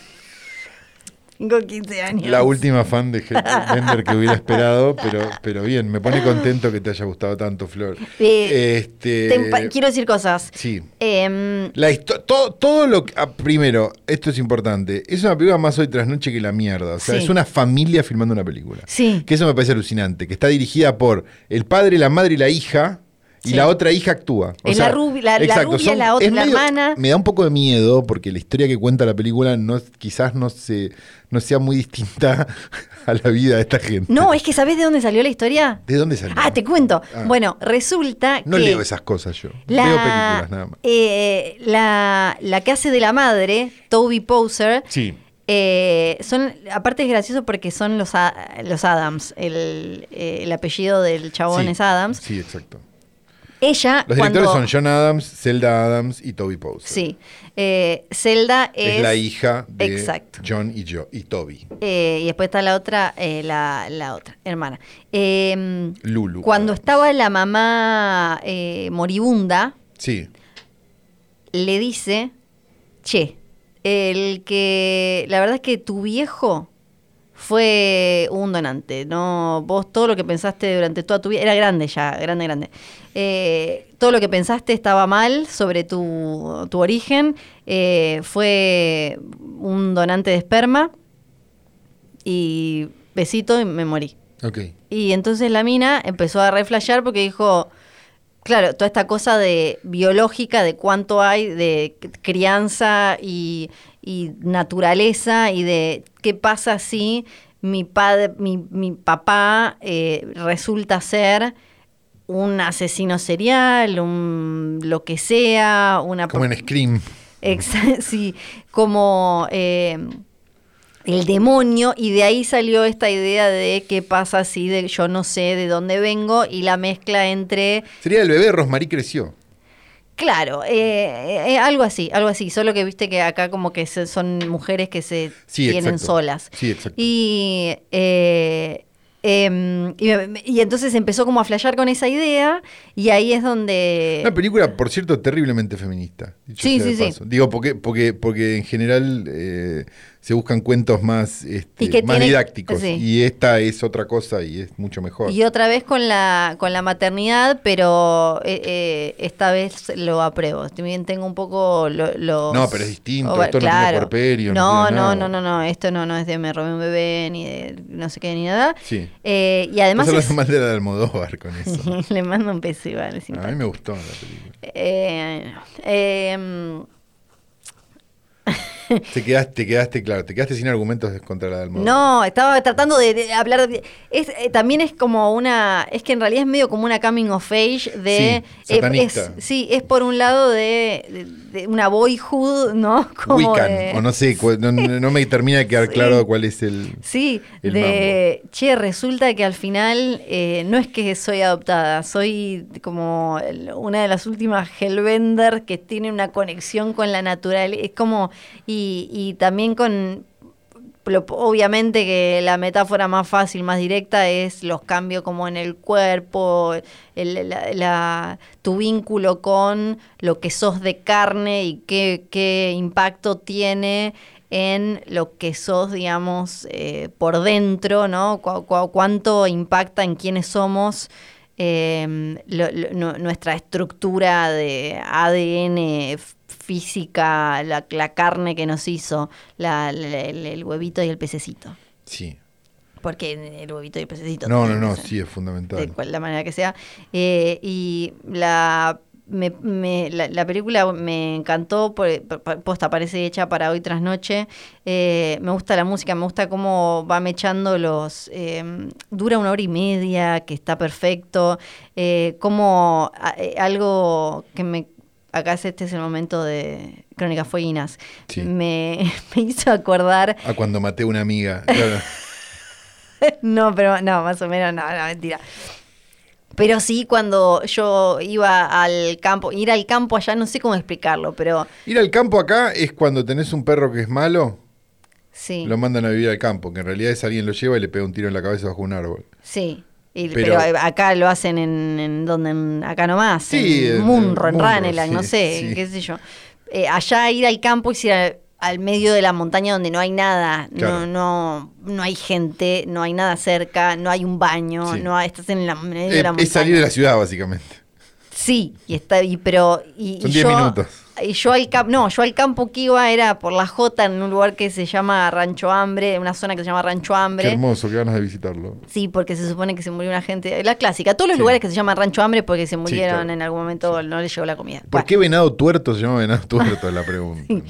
Speaker 2: Tengo 15 años.
Speaker 3: La última fan de Bender que hubiera esperado, pero, pero bien, me pone contento que te haya gustado tanto, Flor.
Speaker 2: Eh,
Speaker 3: este,
Speaker 2: Te empa- quiero decir cosas.
Speaker 3: Sí.
Speaker 2: Em,
Speaker 3: La histo- todo, todo lo que. ah, primero, esto es importante. Es una película más hoy tras noche que la mierda. O sea,
Speaker 2: Sí.
Speaker 3: es una familia filmando una película.
Speaker 2: Sí.
Speaker 3: Que eso me parece alucinante. Que está dirigida por el padre, la madre y la hija. Y
Speaker 2: Sí.
Speaker 3: la otra hija actúa. O
Speaker 2: Es la rubi- la- la rubia, la otra-
Speaker 3: es
Speaker 2: la hermana.
Speaker 3: Me da un poco de miedo porque la historia que cuenta la película no, quizás no, se, no sea muy distinta a la vida de esta gente.
Speaker 2: No, es que ¿sabés de dónde salió la historia?
Speaker 3: ¿De dónde salió?
Speaker 2: Ah, te cuento.
Speaker 3: Ah.
Speaker 2: Bueno, resulta
Speaker 3: No
Speaker 2: que.
Speaker 3: leo esas cosas yo.
Speaker 2: La,
Speaker 3: Leo películas nada más.
Speaker 2: eh, la, la que hace de la madre, Toby Poser,
Speaker 3: Sí.
Speaker 2: eh, son, aparte es gracioso porque son los, A- los Adams. El, eh, el apellido del chabón
Speaker 3: Sí.
Speaker 2: es Adams.
Speaker 3: Sí, exacto.
Speaker 2: Ella,
Speaker 3: Los
Speaker 2: cuando.
Speaker 3: directores son John Adams, Zelda Adams y Toby Poser.
Speaker 2: Sí. Eh, Zelda
Speaker 3: Es,
Speaker 2: es.
Speaker 3: la hija de
Speaker 2: Exacto.
Speaker 3: John y, yo, y Toby.
Speaker 2: Eh, y después está la otra, eh, la, la otra hermana. Eh,
Speaker 3: Lulu.
Speaker 2: Cuando
Speaker 3: Adams.
Speaker 2: estaba la mamá eh, moribunda,
Speaker 3: Sí.
Speaker 2: le dice, che, el que, la verdad es que tu viejo fue un donante, ¿no? Vos todo lo que pensaste durante toda tu vida, era grande ya, grande, grande. Eh, todo lo que pensaste estaba mal sobre tu, tu origen, eh, fue un donante de esperma y besito y me morí.
Speaker 3: Ok.
Speaker 2: Y entonces la mina empezó a reflashear porque dijo, claro, toda esta cosa de biológica, de cuánto hay, de c- crianza y, y naturaleza y de qué pasa si mi, padre, mi, mi papá eh, resulta ser un asesino serial, un lo que sea, una...
Speaker 3: Como en Scream.
Speaker 2: Exa- sí, como eh, el demonio, y de ahí salió esta idea de qué pasa si de, yo no sé de dónde vengo y la mezcla entre,
Speaker 3: Sería el bebé, Rosmarie creció.
Speaker 2: claro, eh, eh, algo así, algo así, solo que viste que acá como que se- son mujeres que se
Speaker 3: Sí,
Speaker 2: tienen
Speaker 3: exacto.
Speaker 2: solas.
Speaker 3: Sí, exacto.
Speaker 2: Y, eh, em, y, me- y entonces empezó como a flashear con esa idea y ahí es donde...
Speaker 3: Una película, por cierto, terriblemente feminista. dicho
Speaker 2: Eh. Sí,
Speaker 3: sea de
Speaker 2: sí, sí.
Speaker 3: paso. Digo, porque, porque, porque en general eh, se buscan cuentos más, este,
Speaker 2: Y que
Speaker 3: más
Speaker 2: tiene-
Speaker 3: didácticos.
Speaker 2: sí.
Speaker 3: Y esta es otra cosa y es mucho mejor.
Speaker 2: Y otra vez con la, con la maternidad, pero eh, eh, esta vez lo apruebo. También tengo un poco lo, los-
Speaker 3: No, pero es distinto, esto no tiene puerperio, no
Speaker 2: No,
Speaker 3: tiene
Speaker 2: no,
Speaker 3: nada.
Speaker 2: no, no, no, esto no, no es de me robé un bebé, ni de no sé qué, ni nada.
Speaker 3: Sí.
Speaker 2: Eh, y además
Speaker 3: Estás
Speaker 2: es-
Speaker 3: hablando mal de la de Almodóvar con eso.
Speaker 2: le mando un beso, igual, es
Speaker 3: A
Speaker 2: simpático.
Speaker 3: mí me gustó la película.
Speaker 2: Eh, eh,
Speaker 3: Te quedaste, te quedaste, claro, te quedaste sin argumentos contra la de Almodóvar.
Speaker 2: No, estaba tratando de, de hablar. de- es, eh, también es como una. Es que en realidad es medio como una coming of age de.
Speaker 3: Sí,
Speaker 2: eh,
Speaker 3: satanista.
Speaker 2: es- sí, es por un lado de, de- de una boyhood, ¿no? Como
Speaker 3: Wiccan,
Speaker 2: de-
Speaker 3: o no sé, cu- no, no- no me termina de quedar
Speaker 2: Sí.
Speaker 3: claro cuál es el...
Speaker 2: Sí,
Speaker 3: el
Speaker 2: de. Che, resulta que al final eh, no es que soy adoptada, soy como el- una de las últimas Hellbender que tiene una conexión con la naturaleza. Es como. Y, y también con. lo- obviamente que la metáfora más fácil, más directa es los cambios como en el cuerpo, el- la- la- tu vínculo con lo que sos de carne y qué, qué impacto tiene en lo que sos, digamos, eh, por dentro, ¿no? Cu- cu- cuánto impacta en quiénes somos eh, lo- lo- nu- nuestra estructura de ADN f- física, la, la carne que nos hizo, la- la- la- el, el huevito y el pececito.
Speaker 3: Sí.
Speaker 2: Porque el huevito y el pececito.
Speaker 3: No, no,
Speaker 2: tienen que
Speaker 3: no,
Speaker 2: ser
Speaker 3: sí, es
Speaker 2: de
Speaker 3: fundamental.
Speaker 2: cual la manera que sea. Eh, y la me- me- la, la película me encantó, por- por- por- posta parece hecha para hoy tras noche. Eh, me gusta la música, me gusta cómo va mechando los... eh, dura una hora y media, que está perfecto. Eh, como a- eh, algo que me... Acá es- este es el momento de Crónicas Fueguinas.
Speaker 3: Sí.
Speaker 2: Me, me hizo acordar
Speaker 3: A Ah, cuando maté a una amiga. Claro.
Speaker 2: no, pero no, más o menos, no, no, mentira. Pero sí, cuando yo iba al campo, ir al campo allá, no sé cómo explicarlo, pero
Speaker 3: Ir al campo acá es cuando tenés un perro que es malo,
Speaker 2: sí,
Speaker 3: lo mandan a vivir al campo, que en realidad es alguien lo lleva y le pega un tiro en la cabeza bajo un árbol.
Speaker 2: sí. Y-
Speaker 3: Pero-
Speaker 2: pero, acá lo hacen en, en donde, en- acá nomás,
Speaker 3: Sí,
Speaker 2: en
Speaker 3: en-
Speaker 2: Munro,
Speaker 3: en
Speaker 2: en
Speaker 3: Munro,
Speaker 2: Ranelag, no
Speaker 3: sí,
Speaker 2: sé,
Speaker 3: sí.
Speaker 2: qué sé yo. Eh, allá ir al campo es ir al, al medio de la montaña donde no hay nada, no,
Speaker 3: Claro.
Speaker 2: no, no hay gente, no hay nada cerca, no hay un baño,
Speaker 3: Sí.
Speaker 2: no hay- estás en la medio de
Speaker 3: Eh,
Speaker 2: la
Speaker 3: es
Speaker 2: montaña.
Speaker 3: salir de la ciudad, básicamente.
Speaker 2: Sí, y está y pero y,
Speaker 3: Son
Speaker 2: y
Speaker 3: 10
Speaker 2: yo,
Speaker 3: minutos.
Speaker 2: y yo al campo, no, yo al campo que iba era por la J en un lugar que se llama Rancho Hambre, una zona que se llama Rancho
Speaker 3: Qué
Speaker 2: Hambre.
Speaker 3: hermoso, qué ganas de visitarlo.
Speaker 2: Sí, porque se supone que se murió una gente, la clásica, todos los
Speaker 3: Sí.
Speaker 2: lugares que se llaman Rancho Hambre porque se murieron
Speaker 3: claro.
Speaker 2: en algún momento, no les llegó la comida.
Speaker 3: ¿Por
Speaker 2: Bueno,
Speaker 3: qué venado tuerto se llama venado tuerto? Es la pregunta. ¿no?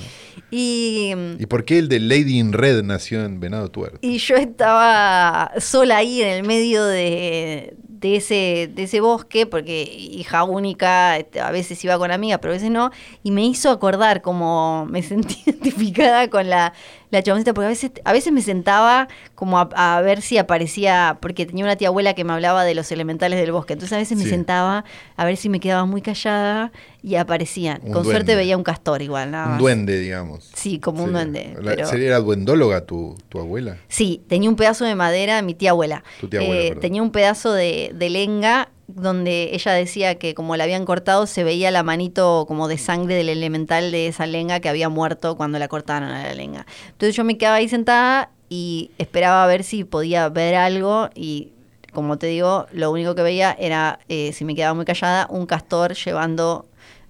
Speaker 2: Y mm,
Speaker 3: ¿Y por qué el de Lady in Red nació en venado tuerto?
Speaker 2: Y yo estaba sola ahí en el medio de, de ese, de ese bosque, porque hija única, este, a veces iba con amiga, pero a veces no, y me hizo acordar como me sentí identificada con la, la chaboncita, porque a veces, a veces me sentaba como a, a ver si aparecía, porque tenía una tía abuela que me hablaba de los elementales del bosque, entonces a veces me
Speaker 3: Sí.
Speaker 2: sentaba a ver si me quedaba muy callada y aparecían.
Speaker 3: Un
Speaker 2: con
Speaker 3: duende.
Speaker 2: suerte veía un castor igual, nada
Speaker 3: Un
Speaker 2: más.
Speaker 3: duende, digamos.
Speaker 2: Ah, Sí, como
Speaker 3: Sí.
Speaker 2: un duende.
Speaker 3: La-
Speaker 2: pero-
Speaker 3: ¿Sería duendóloga tu, tu abuela?
Speaker 2: Sí, tenía un pedazo de madera, mi tía abuela. Eh,
Speaker 3: Tu tía abuela, perdón.
Speaker 2: tenía un pedazo de, de lenga donde ella decía que como la habían cortado se veía la manito como de sangre del elemental de esa lenga que había muerto cuando la cortaron a la lenga. Entonces yo me quedaba ahí sentada y esperaba a ver si podía ver algo y como te digo, lo único que veía era, eh, si me quedaba muy callada, un castor llevando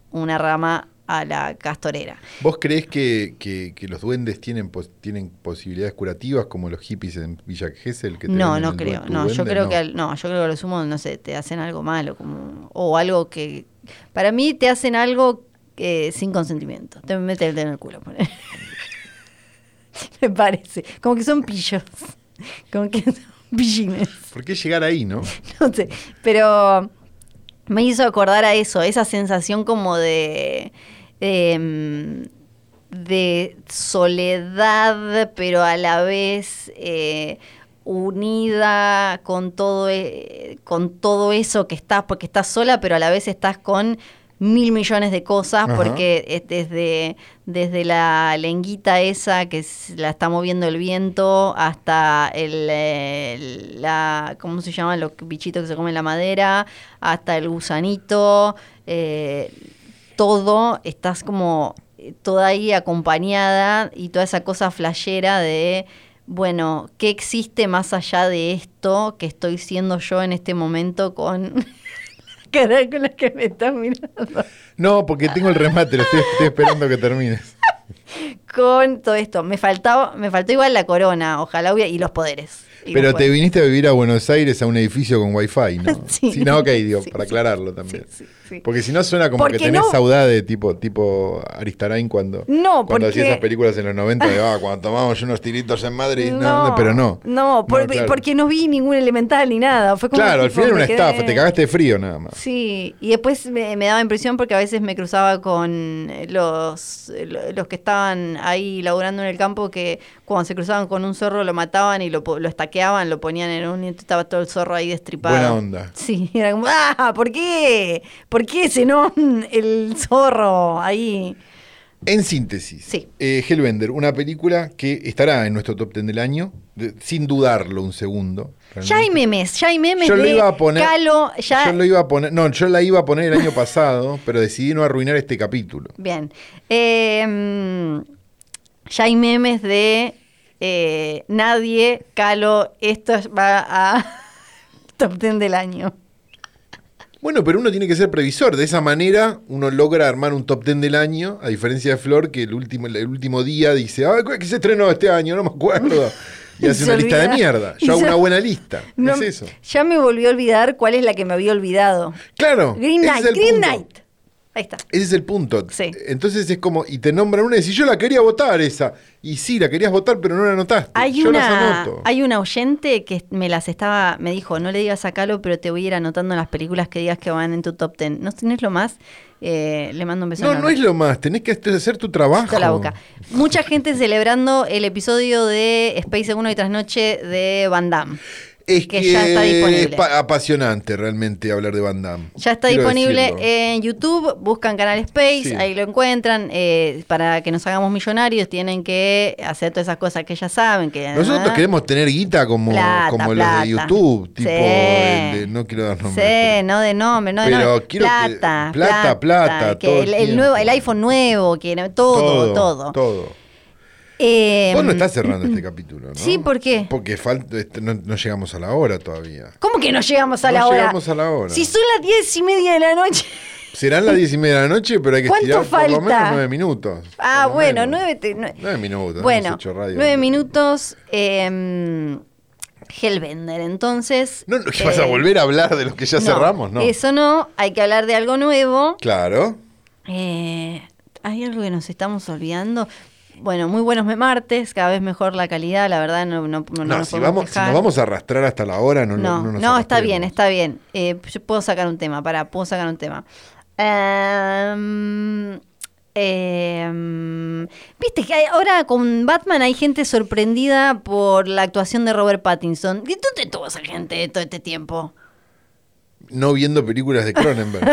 Speaker 2: una rama a la castorera.
Speaker 3: ¿Vos creés que, que- que los duendes tienen, pos- tienen posibilidades curativas como los hippies en Villa Gesell? Que te
Speaker 2: No,
Speaker 3: venden
Speaker 2: no
Speaker 3: el
Speaker 2: creo.
Speaker 3: due- tu
Speaker 2: No, yo
Speaker 3: duende?
Speaker 2: creo que al- no, yo creo que a lo sumo, no sé, te hacen algo malo, como o algo que para mí te hacen algo eh, sin consentimiento. Te meten el dedo en el culo, ponele. me parece. Como que son pillos, como que son pillines,
Speaker 3: ¿Por qué llegar ahí, no?
Speaker 2: no sé. Pero me hizo acordar a eso, esa sensación como de em, de soledad, pero a la vez eh, unida con todo, e- con todo eso que estás, porque estás sola, pero a la vez estás con mil millones de cosas,
Speaker 3: Ajá.
Speaker 2: porque es desde, desde la lenguita esa que s- la está moviendo el viento hasta el, eh, la, ¿cómo se llaman los bichitos que se comen la madera? Hasta el gusanito, eh, todo, estás como eh, toda ahí acompañada y toda esa cosa flashera de, bueno, ¿qué existe más allá de esto que estoy siendo yo en este momento con... Caray, con la que me estás mirando.
Speaker 3: No, porque tengo el remate, lo estoy, estoy esperando que termines.
Speaker 2: Con todo esto. Me faltaba, me faltó igual la corona, ojalá hubiera, y los poderes. Y
Speaker 3: Pero
Speaker 2: los
Speaker 3: te
Speaker 2: poderes.
Speaker 3: viniste a vivir a Buenos Aires a un edificio con wifi, ¿no?
Speaker 2: Sí.
Speaker 3: no, ok, digo,
Speaker 2: Sí,
Speaker 3: para
Speaker 2: sí.
Speaker 3: aclararlo también.
Speaker 2: Sí, sí, sí.
Speaker 3: Porque si no suena como
Speaker 2: Porque
Speaker 3: que tenés
Speaker 2: no-
Speaker 3: saudade tipo, tipo Aristarain cuando,
Speaker 2: No,
Speaker 3: cuando hacía
Speaker 2: porque-
Speaker 3: esas películas en los 90 de ah, cuando tomábamos unos tiritos en Madrid, no, no, pero no.
Speaker 2: No, por-
Speaker 3: claro.
Speaker 2: porque no vi ningún elemental ni nada. Fue como
Speaker 3: Claro, al
Speaker 2: tipo,
Speaker 3: final era
Speaker 2: me
Speaker 3: una
Speaker 2: quedé-
Speaker 3: estafa, te cagaste de frío nada más.
Speaker 2: Sí, y después me, me daba impresión porque a veces me cruzaba con eh, los, lo- los que estaban ahí laburando en el campo que cuando se cruzaban con un zorro lo mataban y lo, po- lo estaqueaban, lo ponían en un... y Estaba todo el zorro ahí destripado.
Speaker 3: Buena onda.
Speaker 2: Sí, era como, ah, ¿por qué? ¿Por qué Zenón, el zorro ahí?
Speaker 3: En síntesis,
Speaker 2: Sí.
Speaker 3: eh, Hellbender, una película que estará en nuestro top 10 del año, de- sin dudarlo un segundo.
Speaker 2: Ya hay memes, ya hay memes
Speaker 3: yo lo
Speaker 2: de
Speaker 3: iba a poner.
Speaker 2: Calo, ya...
Speaker 3: Yo lo iba a poner. No, yo la iba a poner el año pasado, pero decidí no arruinar este capítulo.
Speaker 2: Bien. Eh, mm, ya hay memes de eh, nadie, Calo, esto es- va a top 10 del año.
Speaker 3: Bueno, pero uno tiene que ser previsor. De esa manera, uno logra armar un top 10 del año, a diferencia de Flor, que el último, el último día dice, ah, ¿qué se estrenó este año? No me acuerdo. Y
Speaker 2: Y
Speaker 3: hace
Speaker 2: se
Speaker 3: una lista de
Speaker 2: olvida.
Speaker 3: mierda.
Speaker 2: Y
Speaker 3: Yo hago
Speaker 2: se-
Speaker 3: una buena lista.
Speaker 2: No,
Speaker 3: es eso.
Speaker 2: Ya me volví a olvidar cuál es la que me había olvidado.
Speaker 3: Claro.
Speaker 2: Green
Speaker 3: ese
Speaker 2: Knight,
Speaker 3: es el
Speaker 2: Green
Speaker 3: punto.
Speaker 2: Knight. Ahí está.
Speaker 3: Ese es el punto.
Speaker 2: Sí.
Speaker 3: Entonces es como, y te nombran una y decís, yo la quería votar esa. Y sí, la querías votar, pero no la anotaste.
Speaker 2: Hay
Speaker 3: yo
Speaker 2: una,
Speaker 3: las anoto.
Speaker 2: hay una oyente que me las estaba, me dijo, no le digas a Calo, pero te voy a ir anotando las películas que digas que van en tu top ten. ¿No tenés lo más? Eh, le mando un beso.
Speaker 3: no,
Speaker 2: enorme.
Speaker 3: no es lo más, tenés que hacer tu trabajo.
Speaker 2: Toda la boca. Mucha gente celebrando el episodio de Space 1 y Trasnoche de Van Damme.
Speaker 3: Es que,
Speaker 2: que ya está disponible.
Speaker 3: es pa- apasionante realmente hablar de Van Damme.
Speaker 2: Ya está
Speaker 3: Quiero
Speaker 2: disponible eh,
Speaker 3: decirlo.
Speaker 2: en YouTube, buscan Canal Space,
Speaker 3: Sí.
Speaker 2: ahí lo encuentran. eh, para que nos hagamos millonarios tienen que hacer todas esas cosas que ya saben. que
Speaker 3: Nosotros
Speaker 2: ah,
Speaker 3: queremos tener guita como,
Speaker 2: Plata,
Speaker 3: como los
Speaker 2: plata.
Speaker 3: de YouTube, tipo
Speaker 2: Sí.
Speaker 3: el de- no quiero dar nombres.
Speaker 2: Sí,
Speaker 3: pero-
Speaker 2: no de nombre, no de
Speaker 3: Pero
Speaker 2: nombre.
Speaker 3: quiero que-
Speaker 2: plata,
Speaker 3: plata, plata,
Speaker 2: que
Speaker 3: todo el
Speaker 2: el, el
Speaker 3: tiempo.
Speaker 2: nuevo, el iPhone nuevo, que no- todo, todo.
Speaker 3: Todo.
Speaker 2: Eh,
Speaker 3: Vos no estás cerrando este capítulo, ¿no?
Speaker 2: Sí, ¿por qué?
Speaker 3: Porque falta, este, no, no llegamos a la hora todavía.
Speaker 2: ¿Cómo que no llegamos a
Speaker 3: No
Speaker 2: la hora?
Speaker 3: llegamos a la hora.
Speaker 2: Si son las diez y media de la noche.
Speaker 3: Serán las diez y media de la noche, pero hay que
Speaker 2: ¿Cuánto
Speaker 3: estirar por lo
Speaker 2: falta?
Speaker 3: menos nueve minutos.
Speaker 2: Ah,
Speaker 3: Por lo
Speaker 2: bueno,
Speaker 3: menos.
Speaker 2: nueve, te- nue-
Speaker 3: Nueve minutos.
Speaker 2: Bueno,
Speaker 3: hemos hecho radio.
Speaker 2: nueve minutos. eh, Hellbender, entonces.
Speaker 3: No, no, ¿qué vas a
Speaker 2: eh,
Speaker 3: volver a hablar de los que ya
Speaker 2: no,
Speaker 3: cerramos? No.
Speaker 2: Eso no, hay que hablar de algo nuevo.
Speaker 3: Claro.
Speaker 2: Eh, hay algo que nos estamos olvidando. Bueno, muy buenos me- martes, cada vez mejor la calidad, la verdad no, no, no, no
Speaker 3: No,
Speaker 2: nos
Speaker 3: si,
Speaker 2: podemos
Speaker 3: vamos, si
Speaker 2: quejar.
Speaker 3: nos vamos a arrastrar hasta la hora, no,
Speaker 2: No,
Speaker 3: no, no nos
Speaker 2: no, está bien,
Speaker 3: arrastremos.
Speaker 2: está bien. Eh, yo puedo sacar un tema, para, puedo sacar un tema. Em, em, Viste que hay- ahora con Batman hay gente sorprendida por la actuación de Robert Pattinson. ¿Y dónde estuvo esa gente todo este tiempo?
Speaker 3: No viendo películas de Cronenberg.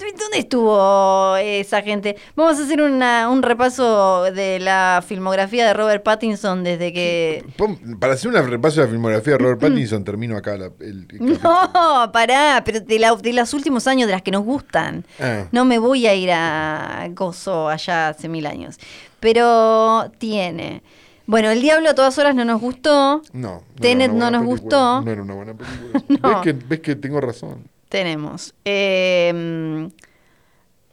Speaker 2: ¿Dónde estuvo esa gente? Vamos a hacer una- un repaso de la filmografía de Robert Pattinson desde que...
Speaker 3: Pon- Para hacer un repaso de la filmografía de Robert Pattinson, termino acá la, el, el-
Speaker 2: No, pará, pero de, la- de los últimos años, de las que nos gustan.
Speaker 3: Ah.
Speaker 2: No me voy a ir a Gozo allá hace mil años. Pero tiene... Bueno, El Diablo a todas horas no nos gustó.
Speaker 3: No. no
Speaker 2: Tenet
Speaker 3: era una
Speaker 2: no nos
Speaker 3: buena película,
Speaker 2: gustó.
Speaker 3: No era una buena película.
Speaker 2: No.
Speaker 3: ¿Ves, que, ves que tengo razón.
Speaker 2: Tenemos. eh,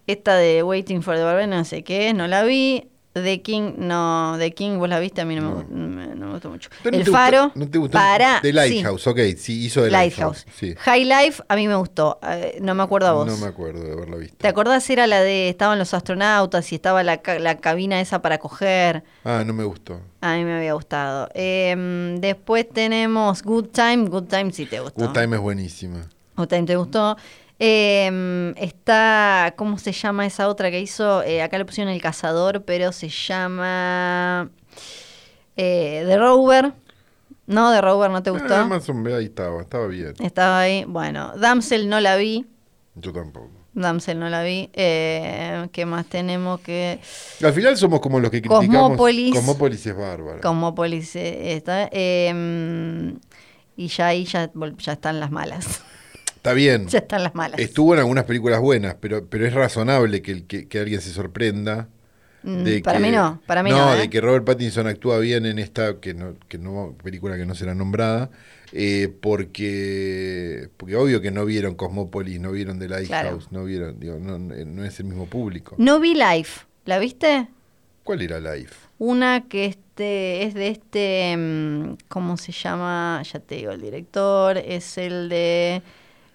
Speaker 2: esta de Waiting for the Barbie, no sé qué, no la vi. The King, no, The King, vos la viste, a mí no, Me,
Speaker 3: No.
Speaker 2: gu- me- no me gustó mucho.
Speaker 3: ¿No te
Speaker 2: El
Speaker 3: gustó-
Speaker 2: Faro,
Speaker 3: ¿No te gustó?
Speaker 2: para,
Speaker 3: The Lighthouse, ok, sí, hizo
Speaker 2: sí,
Speaker 3: de
Speaker 2: Lighthouse.
Speaker 3: Lighthouse. sí.
Speaker 2: High Life, a mí me gustó, eh, no me acuerdo a vos.
Speaker 3: No me acuerdo de haberla visto.
Speaker 2: ¿Te acordás? Era la de, estaban los astronautas y estaba la, ca- la cabina esa para coger.
Speaker 3: Ah, no me gustó.
Speaker 2: A mí me había gustado. Eh, después tenemos Good Time, Good Time sí te gustó.
Speaker 3: Good Time es buenísima.
Speaker 2: O te, te gustó. Eh, está, ¿cómo se llama esa otra que hizo? Eh, acá le pusieron El Cazador, pero se llama eh, The Rover. No, The Rover, ¿no te gustó?
Speaker 3: Ah, más o menos, ahí estaba, estaba bien.
Speaker 2: Estaba ahí. Bueno, Damsel no la vi.
Speaker 3: Yo tampoco.
Speaker 2: Damsel no la vi. Eh, ¿Qué más tenemos que...?
Speaker 3: Al final somos como los que criticamos.
Speaker 2: Cosmópolis.
Speaker 3: Cosmópolis es bárbara.
Speaker 2: Cosmópolis eh, está. eh, y ya ahí ya, vol- ya están las malas.
Speaker 3: Está bien.
Speaker 2: ya están las malas.
Speaker 3: Estuvo en algunas películas buenas, pero, pero es razonable que, el- que- que alguien se sorprenda.
Speaker 2: Mm,
Speaker 3: de
Speaker 2: para
Speaker 3: que-
Speaker 2: mí no, para mí no. ¿eh?
Speaker 3: de que Robert Pattinson actúa bien en esta que no, que no película que no será nombrada, eh, porque porque obvio que no vieron Cosmópolis, no vieron The Lighthouse,
Speaker 2: Claro. Mm.
Speaker 3: no vieron, digo, no, no es el mismo público.
Speaker 2: No vi Life. ¿La viste?
Speaker 3: ¿Cuál era Life?
Speaker 2: Una que este es de este, mm, ¿cómo se llama? Ya te digo, el director es el de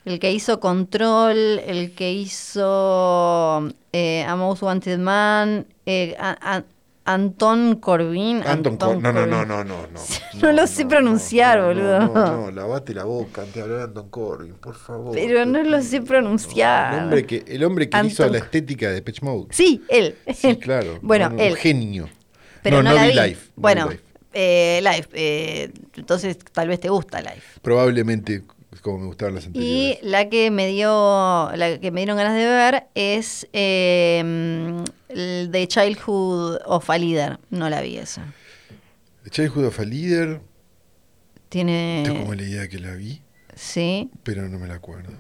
Speaker 2: el que hizo Control, el que hizo eh, A Most Wanted Man, eh, a- a- Anton Corbin.
Speaker 3: Anton Cor- no, no,
Speaker 2: Corbin.
Speaker 3: no, no, no, no.
Speaker 2: No lo sé pronunciar,
Speaker 3: no, no,
Speaker 2: boludo.
Speaker 3: No, no, lavate la boca antes de hablar de Anton Corbin, por favor.
Speaker 2: Pero no lo sé pronunciar.
Speaker 3: El hombre que, el hombre que le hizo
Speaker 2: Anton-
Speaker 3: la estética de Pitch Mode.
Speaker 2: Sí, él.
Speaker 3: Sí,
Speaker 2: él.
Speaker 3: claro.
Speaker 2: Bueno,
Speaker 3: No, no,
Speaker 2: él.
Speaker 3: Un genio.
Speaker 2: Pero
Speaker 3: no,
Speaker 2: no, la
Speaker 3: vi
Speaker 2: vi.
Speaker 3: Life. no vi
Speaker 2: Bueno,
Speaker 3: Life.
Speaker 2: eh, Life. eh, entonces tal vez te gusta Life.
Speaker 3: Probablemente como me gustaban las
Speaker 2: Y
Speaker 3: anteriores.
Speaker 2: la que me dio, la que me dieron ganas de ver es eh, mm, el The Childhood of a Leader. No la vi esa.
Speaker 3: The Childhood of a Leader, tengo como
Speaker 2: Tiene,
Speaker 3: la idea que la vi,
Speaker 2: sí.
Speaker 3: pero no me la acuerdo.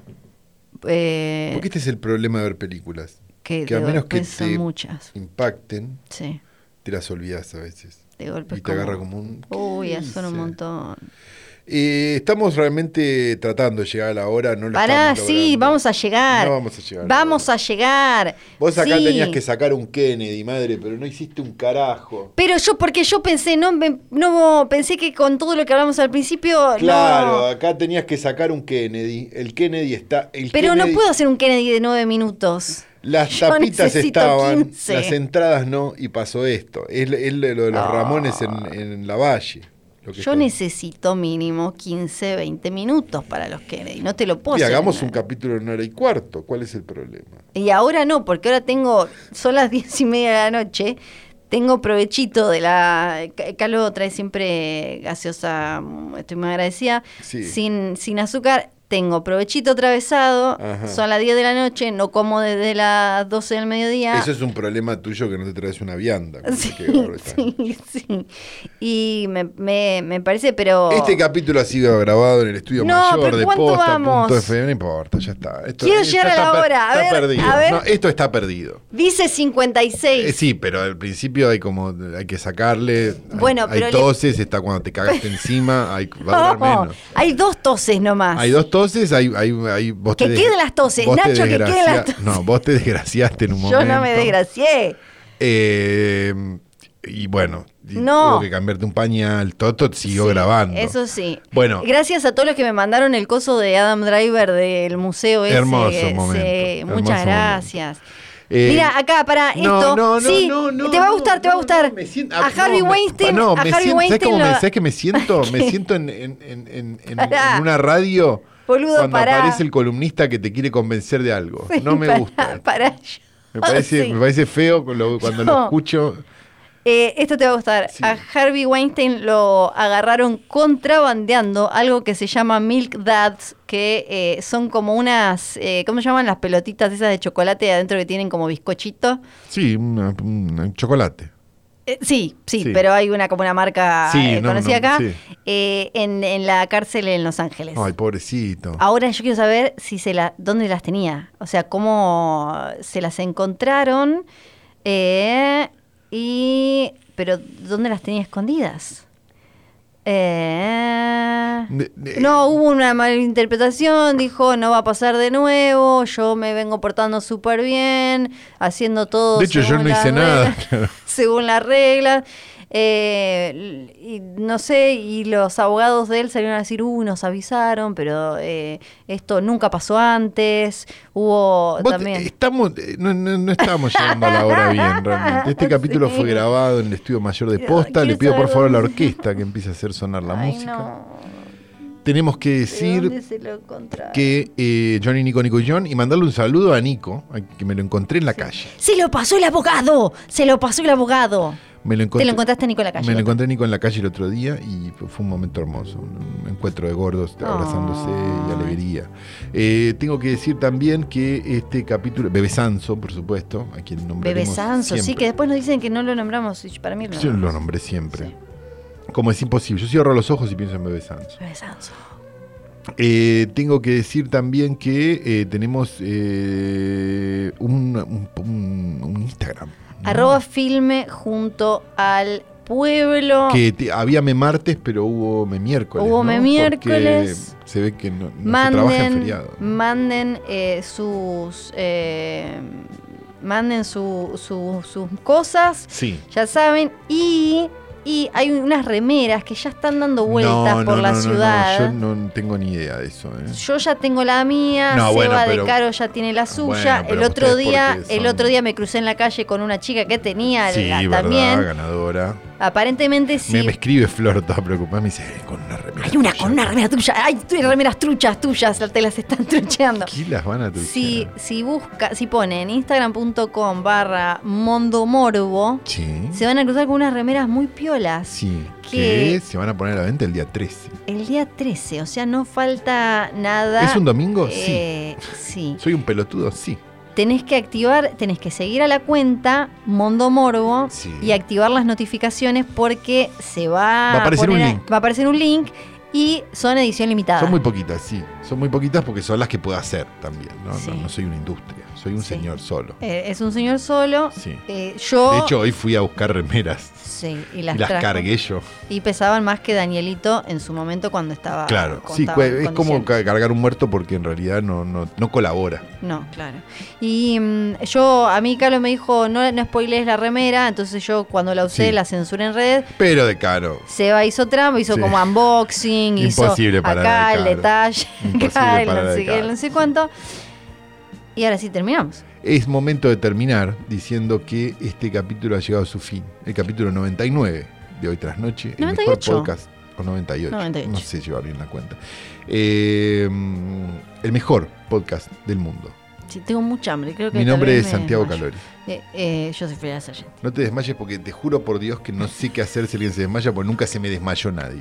Speaker 2: eh,
Speaker 3: Porque este es el problema de ver películas.
Speaker 2: que,
Speaker 3: que a
Speaker 2: de
Speaker 3: menos
Speaker 2: golpe
Speaker 3: que
Speaker 2: son
Speaker 3: te-
Speaker 2: muchas.
Speaker 3: Impacten,
Speaker 2: Sí.
Speaker 3: te las olvidás a veces.
Speaker 2: De golpe
Speaker 3: Y
Speaker 2: es
Speaker 3: te agarra como un... ¿qué
Speaker 2: Uy, son un
Speaker 3: hice?
Speaker 2: montón.
Speaker 3: Eh, estamos realmente tratando de llegar a la hora, no lo
Speaker 2: Pará,
Speaker 3: estamos
Speaker 2: sí,
Speaker 3: logrando.
Speaker 2: vamos a llegar.
Speaker 3: No vamos a llegar.
Speaker 2: Vamos a llegar.
Speaker 3: Vos acá
Speaker 2: Sí.
Speaker 3: tenías que sacar un Kennedy, madre, pero no hiciste un carajo.
Speaker 2: Pero yo, porque yo pensé, no, me- no pensé que con todo lo que hablamos al principio.
Speaker 3: Claro,
Speaker 2: no.
Speaker 3: acá tenías que sacar un Kennedy. El Kennedy está. El
Speaker 2: Pero no
Speaker 3: Kennedy-
Speaker 2: puedo hacer un Kennedy de nueve minutos.
Speaker 3: Las
Speaker 2: Yo
Speaker 3: tapitas
Speaker 2: necesito
Speaker 3: estaban,
Speaker 2: 15.
Speaker 3: las entradas no, y pasó esto. Es, es lo de los
Speaker 2: Ah.
Speaker 3: Ramones en, en la valle. lo que
Speaker 2: Yo
Speaker 3: está-
Speaker 2: necesito mínimo 15, 20 minutos para los Kennedy. No te lo puedo
Speaker 3: Y
Speaker 2: hacer
Speaker 3: hagamos
Speaker 2: en-
Speaker 3: un capítulo en una hora y cuarto. ¿Cuál es el problema?
Speaker 2: Y ahora no, porque ahora tengo, son las diez y media de la noche, tengo provechito de la... Ca- Calo trae siempre gaseosa, mm, estoy muy agradecida,
Speaker 3: Sí.
Speaker 2: sin, sin azúcar. Tengo provechito atravesado,
Speaker 3: Ajá.
Speaker 2: son las 10 de la noche, no como desde las 12 del mediodía.
Speaker 3: Eso es un problema tuyo que no te traes una vianda. cuando
Speaker 2: Ah. Sí,
Speaker 3: te quedas, está.
Speaker 2: sí, sí. Y me, me- me parece, pero...
Speaker 3: Este capítulo ha sido grabado en el estudio
Speaker 2: No,
Speaker 3: mayor
Speaker 2: pero
Speaker 3: de
Speaker 2: ¿cuánto vamos?
Speaker 3: posta.fm. No importa, ya está. Esto,
Speaker 2: Quiero
Speaker 3: ya
Speaker 2: llegar a
Speaker 3: está
Speaker 2: la
Speaker 3: per-
Speaker 2: hora, a
Speaker 3: está
Speaker 2: ver,
Speaker 3: perdido.
Speaker 2: a ver.
Speaker 3: No, esto está perdido.
Speaker 2: Dice
Speaker 3: Eh,
Speaker 2: 56.
Speaker 3: sí, pero al principio hay como hay que sacarle. hay-
Speaker 2: Bueno,
Speaker 3: hay,
Speaker 2: pero le- Oh.
Speaker 3: toses, está cuando te cagaste encima, hay, va a durar
Speaker 2: No,
Speaker 3: menos.
Speaker 2: hay dos toses nomás.
Speaker 3: Hay dos toses, hay, hay, hay vos
Speaker 2: Que
Speaker 3: te
Speaker 2: queden las toses,
Speaker 3: vos te
Speaker 2: Nacho, que queden
Speaker 3: desgracia-
Speaker 2: las toses.
Speaker 3: No, vos te desgraciaste en un
Speaker 2: Yo
Speaker 3: momento.
Speaker 2: no me desgracié.
Speaker 3: Eh, y bueno, y
Speaker 2: No.
Speaker 3: tuvo que cambiarte un pañal. Toto siguió
Speaker 2: Sí,
Speaker 3: grabando.
Speaker 2: Eso sí.
Speaker 3: Bueno.
Speaker 2: Gracias a todos los que me mandaron el coso de Adam Driver del museo ese.
Speaker 3: Hermoso
Speaker 2: sí,
Speaker 3: momento, hermoso
Speaker 2: muchas
Speaker 3: momento.
Speaker 2: gracias.
Speaker 3: Eh,
Speaker 2: Mira, acá, para
Speaker 3: no,
Speaker 2: Ah, esto.
Speaker 3: no, no,
Speaker 2: sí,
Speaker 3: no, no,
Speaker 2: te va a
Speaker 3: no,
Speaker 2: gustar, te va a
Speaker 3: no,
Speaker 2: gustar.
Speaker 3: no, me siento-
Speaker 2: a
Speaker 3: ah, no,
Speaker 2: Harvey
Speaker 3: me-
Speaker 2: Weinstein.
Speaker 3: No,
Speaker 2: a
Speaker 3: me
Speaker 2: Harvey
Speaker 3: siento- ¿sabés
Speaker 2: Weinstein
Speaker 3: cómo me,
Speaker 2: lo-
Speaker 3: sabés que me siento? Me siento en, en- en- en- en-
Speaker 2: Pará.
Speaker 3: en una radio
Speaker 2: Boludo,
Speaker 3: cuando
Speaker 2: pará.
Speaker 3: aparece el columnista que te quiere convencer de algo. no me
Speaker 2: Pará,
Speaker 3: gusta.
Speaker 2: pará.
Speaker 3: Me parece,
Speaker 2: Sí.
Speaker 3: me parece feo con lo- cuando
Speaker 2: No.
Speaker 3: lo escucho.
Speaker 2: Eh, esto te va a gustar.
Speaker 3: Sí.
Speaker 2: A Harvey Weinstein lo agarraron contrabandeando algo que se llama Milk Duds, que eh, son como unas, eh, ¿cómo se llaman las pelotitas esas de chocolate adentro que tienen como bizcochito?
Speaker 3: Sí, una- un chocolate.
Speaker 2: Eh, sí, sí,
Speaker 3: Sí.
Speaker 2: pero hay una como una marca
Speaker 3: Sí,
Speaker 2: eh,
Speaker 3: no,
Speaker 2: conocida
Speaker 3: no,
Speaker 2: acá
Speaker 3: sí.
Speaker 2: eh, en, en la cárcel en Los Ángeles.
Speaker 3: Ay, pobrecito.
Speaker 2: Ahora yo quiero saber si se la, dónde las tenía, o sea, cómo se las encontraron eh, y pero dónde las tenía escondidas. Eh,
Speaker 3: De- de-
Speaker 2: no, hubo una malinterpretación, dijo, no va a pasar de nuevo, yo me vengo portando súper bien, haciendo todo.
Speaker 3: De hecho, yo
Speaker 2: según
Speaker 3: no
Speaker 2: las
Speaker 3: hice nada,
Speaker 2: reglas",
Speaker 3: claro.
Speaker 2: Según las reglas. eh, y no sé, y los abogados de él salieron a decir, uh, nos avisaron, pero eh, esto nunca pasó antes, hubo
Speaker 3: Vos-
Speaker 2: también...
Speaker 3: Estamos, eh, no, no, no estábamos llegando a la hora bien, realmente. Este capítulo
Speaker 2: Sí.
Speaker 3: fue grabado en el estudio mayor de
Speaker 2: Pero
Speaker 3: Posta. Le
Speaker 2: quiero
Speaker 3: pido por
Speaker 2: saber
Speaker 3: favor a la
Speaker 2: dónde-
Speaker 3: orquesta que empiece a hacer sonar la
Speaker 2: Ay,
Speaker 3: música.
Speaker 2: no,
Speaker 3: Tenemos que
Speaker 2: ¿de
Speaker 3: decir
Speaker 2: dónde se lo encontraron?
Speaker 3: que eh, Johnny, Nico, Nico y John, y mandarle un saludo a Nico, a- que me lo encontré en la calle.
Speaker 2: Se lo pasó el abogado, se lo pasó el abogado.
Speaker 3: Me lo
Speaker 2: Te
Speaker 3: encontré,
Speaker 2: lo encontraste a Nicola Calle.
Speaker 3: me lo
Speaker 2: loco.
Speaker 3: encontré Nico en la calle el otro día y fue fue un momento hermoso, un un encuentro de gordos abrazándose y
Speaker 2: Ay.
Speaker 3: alegría. Eh, tengo que decir también que este capítulo, Bebe Sanso, por supuesto, a quien nombraremos
Speaker 2: Bebe Sanso, sí, que
Speaker 3: siempre.
Speaker 2: después nos dicen que no lo nombramos. y Para mí lo
Speaker 3: Yo lo
Speaker 2: nombramos.
Speaker 3: nombré siempre.
Speaker 2: Sí.
Speaker 3: Como es imposible, yo cierro los ojos y pienso en Bebe Sanso.
Speaker 2: Bebe Sanso.
Speaker 3: Eh, tengo que decir también que eh, tenemos eh, un, un- un- un Instagram. ¿no?
Speaker 2: Arroba filme junto al pueblo.
Speaker 3: Que te- había me martes, pero hubo me miércoles.
Speaker 2: Hubo
Speaker 3: ¿no?
Speaker 2: me
Speaker 3: Porque
Speaker 2: miércoles.
Speaker 3: Se ve que no, no se trabaja en
Speaker 2: manden
Speaker 3: feriado.
Speaker 2: manden eh, sus. eh, manden su- su- sus cosas,
Speaker 3: Sí.
Speaker 2: ya saben. Y, y hay unas remeras que ya están dando vueltas
Speaker 3: No,
Speaker 2: por
Speaker 3: no,
Speaker 2: la
Speaker 3: no, no, no,
Speaker 2: ciudad.
Speaker 3: yo no tengo ni idea de eso. ¿eh?
Speaker 2: Yo ya tengo la mía,
Speaker 3: No,
Speaker 2: Seba
Speaker 3: bueno,
Speaker 2: de
Speaker 3: pero-
Speaker 2: Caro ya tiene la suya.
Speaker 3: Bueno, pero
Speaker 2: el otro
Speaker 3: ustedes
Speaker 2: día,
Speaker 3: porque
Speaker 2: el
Speaker 3: son-
Speaker 2: otro día me crucé en la calle con una chica que tenía
Speaker 3: sí,
Speaker 2: la-
Speaker 3: verdad,
Speaker 2: también.
Speaker 3: ganadora.
Speaker 2: Aparentemente sí.
Speaker 3: Me, me escribe Flor, estaba preocupada, me dice, "Eh, con una remera.
Speaker 2: Hay una
Speaker 3: tuya,
Speaker 2: con una remera tuya. Hay tu- remeras truchas tuyas, te las están trucheando.
Speaker 3: ¿Qué las van a tu
Speaker 2: Si, si busca, si pone en instagram.com barra mondomorbo,
Speaker 3: Sí.
Speaker 2: se van a cruzar con unas remeras muy piolas.
Speaker 3: Sí.
Speaker 2: que-
Speaker 3: Que se van a poner a la venta el día 13.
Speaker 2: El día 13, o sea, no falta nada.
Speaker 3: ¿Es un domingo?
Speaker 2: Eh, sí.
Speaker 3: sí. ¿Soy un pelotudo? Sí.
Speaker 2: tenés que activar, tenés que seguir a la cuenta Mondo Morbo
Speaker 3: Sí.
Speaker 2: y activar las notificaciones porque se va,
Speaker 3: Va a aparecer
Speaker 2: poner
Speaker 3: un link.
Speaker 2: va a aparecer un link Y son edición limitada.
Speaker 3: Son muy poquitas, sí. Son muy poquitas porque son las que puedo hacer también. No,
Speaker 2: Sí.
Speaker 3: no, no soy una industria, soy un
Speaker 2: Sí.
Speaker 3: señor solo.
Speaker 2: Eh, es un señor solo.
Speaker 3: Sí.
Speaker 2: Eh, yo.
Speaker 3: De hecho, hoy fui a buscar remeras
Speaker 2: Sí, y
Speaker 3: y
Speaker 2: las,
Speaker 3: las,
Speaker 2: trajo.
Speaker 3: cargué yo.
Speaker 2: Y pesaban más que Danielito en su momento cuando estaba.
Speaker 3: claro,
Speaker 2: cuando
Speaker 3: sí,
Speaker 2: estaba en
Speaker 3: es como
Speaker 2: condiciones.
Speaker 3: ca- cargar un muerto porque en realidad no, no, no colabora.
Speaker 2: No, claro. Y mm, yo, a mí Carlos me dijo, no, no spoilees la remera, entonces yo cuando la usé
Speaker 3: Sí.
Speaker 2: la censuré en redes.
Speaker 3: Pero de caro.
Speaker 2: Seba hizo trampa, hizo
Speaker 3: Sí.
Speaker 2: como unboxing,
Speaker 3: Imposible
Speaker 2: hizo
Speaker 3: para
Speaker 2: acá
Speaker 3: la de
Speaker 2: el
Speaker 3: Carlos.
Speaker 2: detalle,
Speaker 3: Imposible
Speaker 2: acá el
Speaker 3: para la
Speaker 2: no
Speaker 3: de
Speaker 2: sé qué, el no
Speaker 3: Carlos.
Speaker 2: sé cuánto. Y ahora sí terminamos.
Speaker 3: Es momento de terminar diciendo que este capítulo ha llegado a su fin. El capítulo 99 de Hoy Tras Noche. El
Speaker 2: 98.
Speaker 3: mejor podcast. O 98.
Speaker 2: 98.
Speaker 3: No sé llevar bien la cuenta. Eh, el mejor podcast del mundo.
Speaker 2: Sí, tengo mucha hambre, creo que
Speaker 3: Mi
Speaker 2: tal
Speaker 3: nombre
Speaker 2: vez
Speaker 3: es
Speaker 2: me
Speaker 3: Santiago
Speaker 2: desmayo.
Speaker 3: Calori.
Speaker 2: Eh, eh, yo soy Frida Sargent.
Speaker 3: No te desmayes porque te juro por Dios que no sé qué hacer si alguien se desmaya porque nunca se me desmayó nadie.